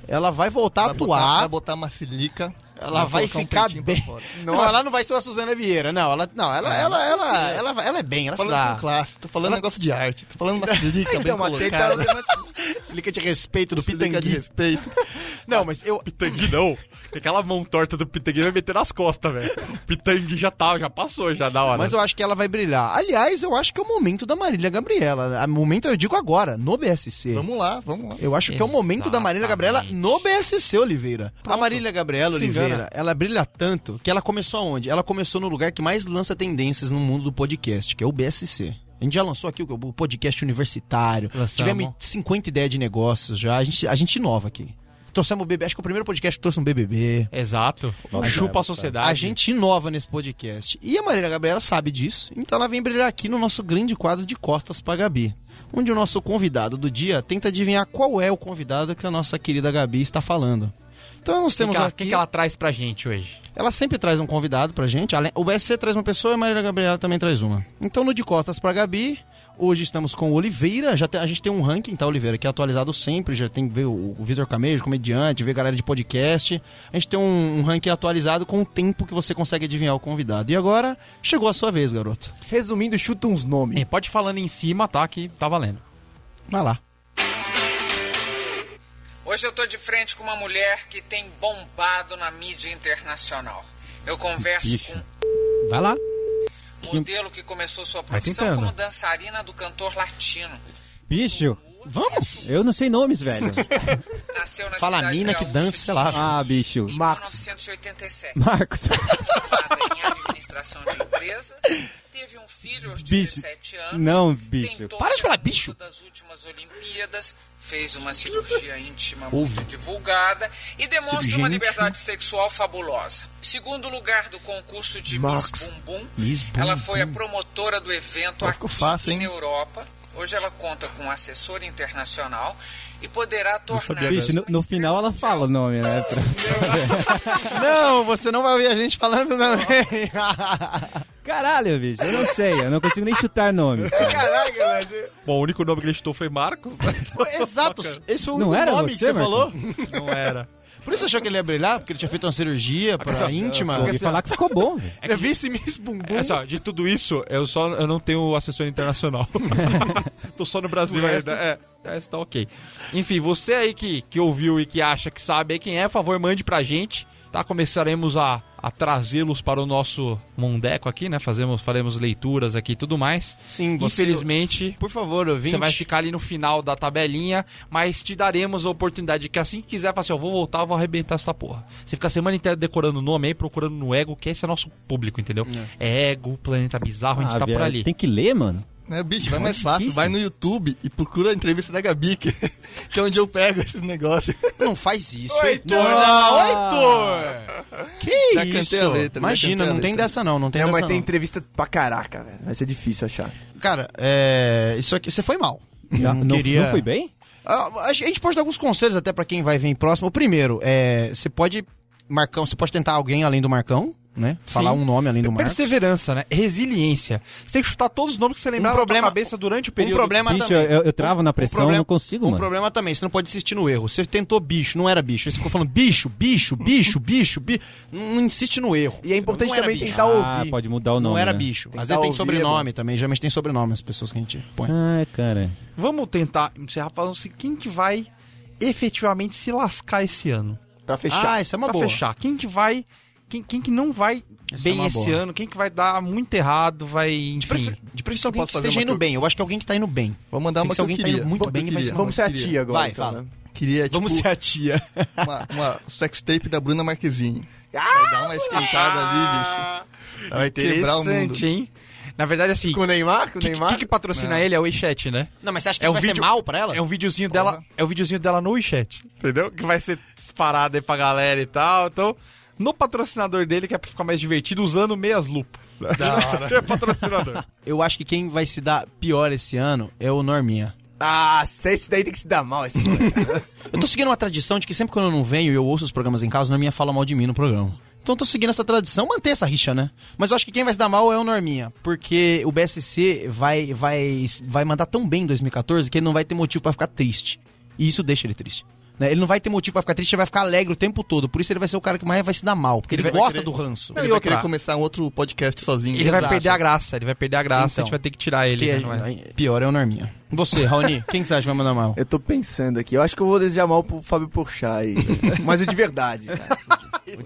Ela vai voltar a Vai botar, vai atuar, botar uma silica. ela vai colocar um ficar peitinho pra bem. fora. É. Não, ela não vai ser a Suzana Vieira, não. Ela, não, ela, ela, ela, ela, vai- ela é bem, ela se Falando com dá. classe, um tô falando negócio de arte, tô falando uma silica bem colocada, Explica de respeito do silica de Pitangui. respeito. Não, mas eu. Pitangui não. Aquela mão torta do Pitangui vai meter nas costas, velho. O Pitangui já tá, já passou já da hora. Mas eu acho que ela vai brilhar. Aliás, eu acho que é o momento da Marília Gabriela. O momento eu digo agora, no BSC. Vamos lá, vamos lá. Eu acho que é o momento da Marília Gabriela no BSC, Oliveira. A Marília Gabriela Se Oliveira, engana. ela brilha tanto que ela começou aonde? Ela começou no lugar que mais lança tendências no mundo do podcast, que é o BSC. A gente já lançou aqui o o podcast universitário. Lançamos. Tivemos 50 ideias de negócios já. A gente, a gente inova aqui. Trouxemos o BBB. Acho que o primeiro podcast que trouxe um BBB. Exato. Nossa, é, Chupa tá. a cara. sociedade. A gente inova nesse podcast. E a Marília Gabriela sabe disso, então ela vem brilhar aqui no nosso grande quadro de Costas pra Gabi, onde o nosso convidado do dia tenta adivinhar qual é o convidado que a nossa querida Gabi está falando. Então nós Quem temos que ela- aqui... quem que ela traz pra gente hoje? Ela sempre traz um convidado pra gente. Além- O BSC traz uma pessoa e a Marília Gabriela também traz uma. Então, no De Costas pra Gabi, hoje estamos com o Oliveira. Já te- a gente tem um ranking, tá, Oliveira? Que é atualizado sempre. Já tem ver o, o Vitor Camejo, comediante, ver galera de podcast. A gente tem um, um ranking atualizado com o tempo que você consegue adivinhar o convidado. E agora, chegou a sua vez, garoto. Resumindo, chuta uns nomes. É, Bem, pode ir falando em cima, tá? Que tá valendo. Vai lá. Hoje eu tô de frente com uma mulher que tem bombado na mídia internacional. Eu converso Ixi. com Vai lá. um modelo que começou sua Vai profissão tentando. como dançarina do cantor latino. Bicho, Vamos! eu não sei nomes, velho. Nasceu na Fala a cidade mina que gaúcha dança, sei lá. Ah, bicho. Em Marcos. 1987. Marcos. formada em administração de empresas, teve um filho aos Bicho. 17 anos. Não, bicho. tentou Para de ser falar adulto bicho. das últimas Olimpíadas, fez uma cirurgia íntima Uhum. muito divulgada e demonstra uma liberdade sexual fabulosa. Segundo lugar do concurso de Max. Miss Bumbum, ela foi a promotora do evento Ficou aqui fácil, hein? na Europa. Hoje ela conta com um assessor internacional e poderá tornar Bicho, no, no final ela fala o nome, né? Não, você não vai ouvir a gente falando, não. Caralho, bicho, eu não sei, eu não consigo nem chutar nomes. Cara. um Bom, o único nome que ele chutou foi Marcos. né? Exato. Esse foi o Não único era um nome que você, você Marcão? falou. Não era. Por isso achou que ele ia brilhar, porque ele tinha feito uma cirurgia pra íntima. Pô, e falar que ficou bom, velho. É vice-miss bumbum. É só, de tudo isso, eu só eu não tenho assessor internacional. Tô só no Brasil ainda. É, é, isso tá ok. Enfim, você aí que, que ouviu e que acha que sabe aí quem é, por favor, mande pra gente. Tá, começaremos a, a trazê-los para o nosso mundeco aqui, né? Fazemos, faremos leituras aqui e tudo mais. Sim, você- Infelizmente, Por favor, ouvinte. Você vai ficar ali no final da tabelinha, mas te daremos a oportunidade que assim que quiser, fala assim, ó, vou voltar, eu vou arrebentar essa porra. Você fica a semana inteira decorando o nome aí, procurando no ego, que esse é nosso público, entendeu? É, ego, planeta bizarro, a gente Ah, tá velho, por ali. Tem que ler, mano. Né, bicho, vai É mais difícil. fácil, vai no YouTube e procura a entrevista da Gabi, que, que é onde eu pego esses negócios. Não faz isso. Heitor. Ah, Que Já cantei isso? a letra, já Imagina, cantei a não tem letra. dessa não, não tem É, dessa mas tem não. entrevista pra caraca, velho. Vai ser difícil achar. Cara, é... isso aqui, você foi mal. Eu Não, Ah, não, queria- não fui bem? Ah, A gente pode dar alguns conselhos até pra quem vai vir próximo. O primeiro, é... você pode... Marcão, você pode tentar alguém além do Marcão, né? Falar um nome além do Marcão. Perseverança, né? Resiliência. Você tem que chutar todos os nomes que você Um lembrar problema- da tua cabeça durante o Um período. é problema Bicho, também. eu, eu travo na pressão, problema- não consigo, um mano. problema também, você não pode insistir no erro. Você tentou bicho, não era bicho. Você ficou falando bicho, bicho, bicho, bicho, bicho. Não insiste no erro. E é importante Não era também bicho. tentar Ah, ouvir. pode mudar o nome. Não era né? bicho. Tem Às que vezes dar tem tá ouvido. sobrenome também. Geralmente tem sobrenome as pessoas que a gente põe. Ai, cara. Vamos tentar encerrar falando assim, quem que vai efetivamente se lascar esse ano? Pra fechar. Ah, isso é uma pra boa. fechar. Quem que vai... Quem, quem que não vai Essa é bem uma esse boa. ano? Quem que vai dar muito errado? Vai, De, enfim... prefer... de preferência alguém Posso que fazer esteja uma indo que eu- bem. Eu acho que alguém que tá indo bem. Vou mandar Tem uma que ser que alguém eu que tá queria. indo muito Uma bem que e eu vai ser queria. Vamos ser a Queria. tia agora. Vai, então, fala. né? Queria, tipo, Vamos ser a Ah, tia. uma, uma sextape da Bruna Marquezine. vai dar uma esquentada ali, bicho. Vai quebrar o mundo. Interessante, hein? Na verdade, assim... Com o Neymar? Com o que, Neymar? que, que patrocina ele é o WeChat, né? Não, mas você acha que É isso um vai ser vídeo- mal pra ela? É um videozinho Porra. dela, é um videozinho dela no WeChat, entendeu? Que vai ser disparado aí pra galera e tal. Então, no patrocinador dele, que é pra ficar mais divertido, usando meias lupa. Da hora. é patrocinador. Eu acho que quem vai se dar pior esse ano é o Norminha. Ah, esse daí tem que se dar mal, esse moleque. Eu tô seguindo uma tradição de que sempre quando eu não venho e eu ouço os programas em casa, o Norminha fala mal de mim no programa. Então eu tô seguindo essa tradição, manter essa rixa, né? Mas eu acho que quem vai se dar mal é o Norminha, porque o BSC vai, vai, vai mandar tão bem em 2014 que ele não vai ter motivo pra ficar triste. E isso deixa ele triste. né? Ele não vai ter motivo pra ficar triste, ele vai ficar alegre o tempo todo. Por isso ele vai ser o cara que mais vai se dar mal, porque ele, Ele vai- vai gosta querer- do ranço. Ele vai querer começar um outro podcast sozinho. Ele vai Exato. perder a graça, ele vai perder a graça, Então. a gente vai ter que tirar ele. Que né, é- não vai? pior é o Norminha. Você, Raoni, quem que você acha que vai mandar mal? Eu tô pensando aqui. Eu acho que eu vou desejar mal pro Fábio Porchat aí. Mas o de verdade, cara.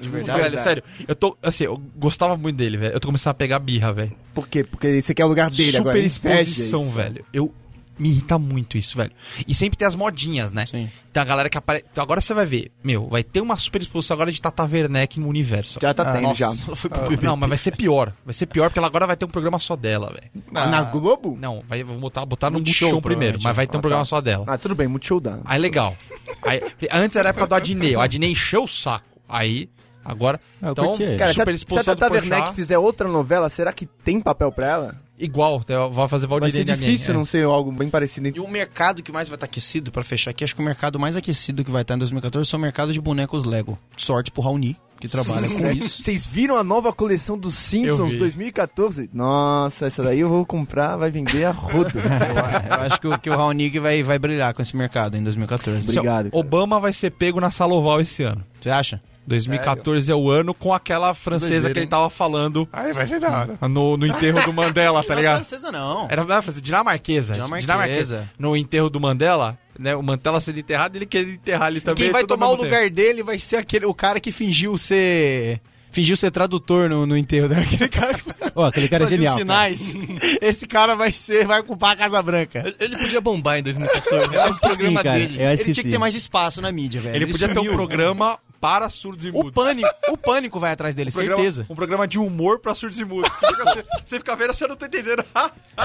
De verdade. Velho, sério, eu tô, assim, eu gostava muito dele, velho. Eu tô começando a pegar birra, velho. Por quê? Porque você quer o lugar dele Super agora. É, ele inveja exposição, isso. velho. Eu me irrita muito isso, velho. E sempre tem as modinhas, né? Sim. Tem a galera que aparece. Então agora você vai ver, meu, vai ter uma super exposição agora de Tata Werneck no universo. Já tá Ah, tendo, nossa. já. Ela foi pro BBB. Não, mas vai ser pior. Vai ser pior porque ela agora vai ter um programa só dela, velho. Ah, Na Globo? Não, vai vou botar, botar no Multishow, Multishow primeiro, mas vai ter um né? Ah, programa tá. só dela. Ah, tudo bem, Multishow dá. Aí legal. Aí, antes era a época do Adnei. O Adnei encheu o saco. Aí, agora. Ah, eu então, curti ele. Cara, se super a, se exposição a Tata do Porchat, tá Werneck fizer outra novela, será que tem papel pra ela? Igual, eu vou fazer Vai Valdir ser difícil é. não ser algo bem parecido. E o mercado que mais vai estar aquecido, pra fechar aqui, acho que o mercado mais aquecido que vai estar em 2014 é o mercado de bonecos Lego. Sorte pro Raoni, que trabalha com isso. Vocês viram a nova coleção dos Eu Simpsons vi. 2014? Nossa, essa daí eu vou comprar, vai vender a roda. Eu acho que o, que o Raoni que vai, vai brilhar com esse mercado em 2014. Assim, ó, Obrigado, cara. Obama vai ser pego na sala oval esse ano. Você acha? Tá 2014 é o ano com aquela francesa doideira, que ele hein? tava falando Aí vai ser da hora. no, no enterro do Mandela, tá ligado? é francesa É não. Era não, francesa, dinamarquesa. Dinamarquesa. No enterro do Mandela, né? O Mandela sendo enterrado, ele queria enterrar ele também. Quem vai tudo ao tomar o mesmo tempo. lugar dele vai ser aquele, o cara que fingiu ser... Fingiu ser tradutor no, no enterro, né? Aquele cara que Ó, aquele cara é fazia os genial. cara. um sinais. Esse cara vai ser, vai ocupar a Casa Branca. Ele podia bombar em 2014. Eu acho que sim, cara. Eu acho Ele que tinha sim. que ter mais espaço na mídia, velho. Ele, podia ter um sumiu. programa para surdos e O mudos. pânico, o pânico vai atrás dele, Um programa- certeza. Um programa de humor pra surdos e mudos. Você, você fica vendo, você não tá entendendo.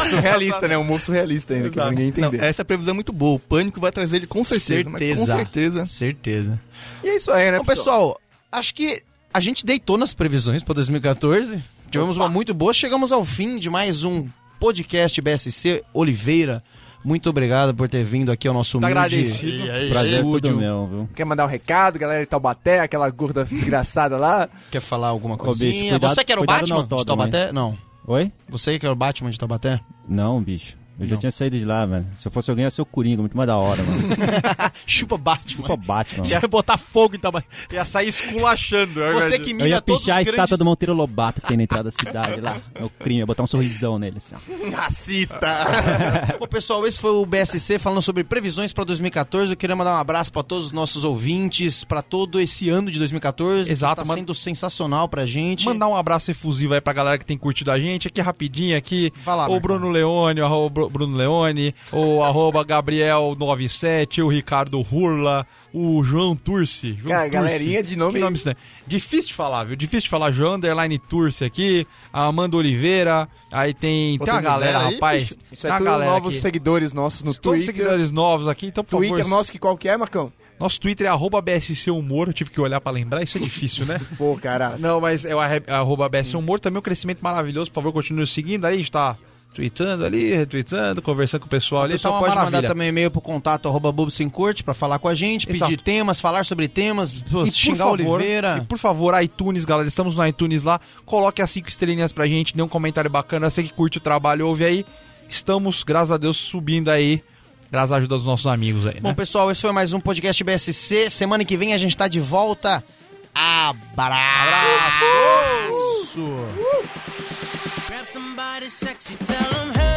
Surrealista, né? Um humor surrealista ainda, que Exato. ninguém Não, entender. essa previsão é muito boa. O pânico vai trazer ele com certeza. mas Certeza. Com certeza. Certeza. E é isso aí, né, Então, pessoal, acho que a gente deitou nas previsões para 2014. Tivemos uma muito boa. Chegamos ao fim de mais um podcast BSC Oliveira. Muito obrigado por ter vindo aqui ao nosso Tá humilde agradecido. Prazer é estúdio. todo meu, viu? Quer mandar um recado, galera de Taubaté, aquela gorda desgraçada lá? Quer falar alguma Bicho, coisinha? cuidado- é Você que era o cuidado no Batman de autódromo, hein? Taubaté? Não. Oi? Você que era o Batman de Taubaté? Não, bicho. Eu já Não. tinha saído de lá, velho. Se eu fosse alguém, ia ser o Coringa, muito mais da hora, mano. Chupa Batman. Tipo Batman. Você vai botar fogo em Taubaté. Ia sair esculachando. é Você verdade. que Eu mira ia todos os pichar a grandes... estátua do Monteiro Lobato que tem na entrada da cidade lá. É o crime, ia botar um sorrisão nele, assim, ó. Bom, pessoal, esse foi o BSC falando sobre previsões para 2014. Eu queria mandar um abraço para todos os nossos ouvintes, para todo esse ano de 2014. Exato, que está mano. sendo sensacional pra gente. Mandar um abraço efusivo aí pra galera que tem curtido a gente aqui rapidinho aqui. Vai lá, o Marcão. Bruno Leone, o arroba Bru- Bruno Leone, o arroba Gabriel97, o Ricardo Hurla, o João Turci. João Cara, Turci. galerinha de nome- Que nome estranho. Difícil de falar, viu? Difícil de falar. João Underline Turci aqui, a Amanda Oliveira, aí tem, tem Outra uma galera, galera aí, rapaz. bicho. Isso tem é uma tudo galera novos aqui. seguidores nossos no Todos Twitter. seguidores novos aqui, então por Twitter favor. nosso que qual que é, Marcão? Nosso Twitter é arroba BSC Humor, eu tive que olhar pra lembrar, isso é difícil, né? Pô, cara. Não, mas é o arre- arroba BS Humor, também um crescimento maravilhoso. Por favor, continue nos seguindo. Aí a gente tá tweetando ali, retweetando, conversando com o pessoal ali. Ele Tá só uma pode maravilha. mandar também e-mail pro contato arroba bobo sem corte pra falar com a gente, pedir Exato. temas, falar sobre temas, pô, E por xingar favor, o Oliveira. E por favor, iTunes, galera, estamos no iTunes lá. Coloque as cinco estrelinhas pra gente, dê um comentário bacana. Você que curte o trabalho, ouve aí. Estamos, graças a Deus, subindo aí. Graças à ajuda dos nossos amigos aí, Bom, né? pessoal, esse foi mais um podcast BSC. Semana que vem a gente tá de volta. Abraço! Grab somebody sexy, tell 'em hey.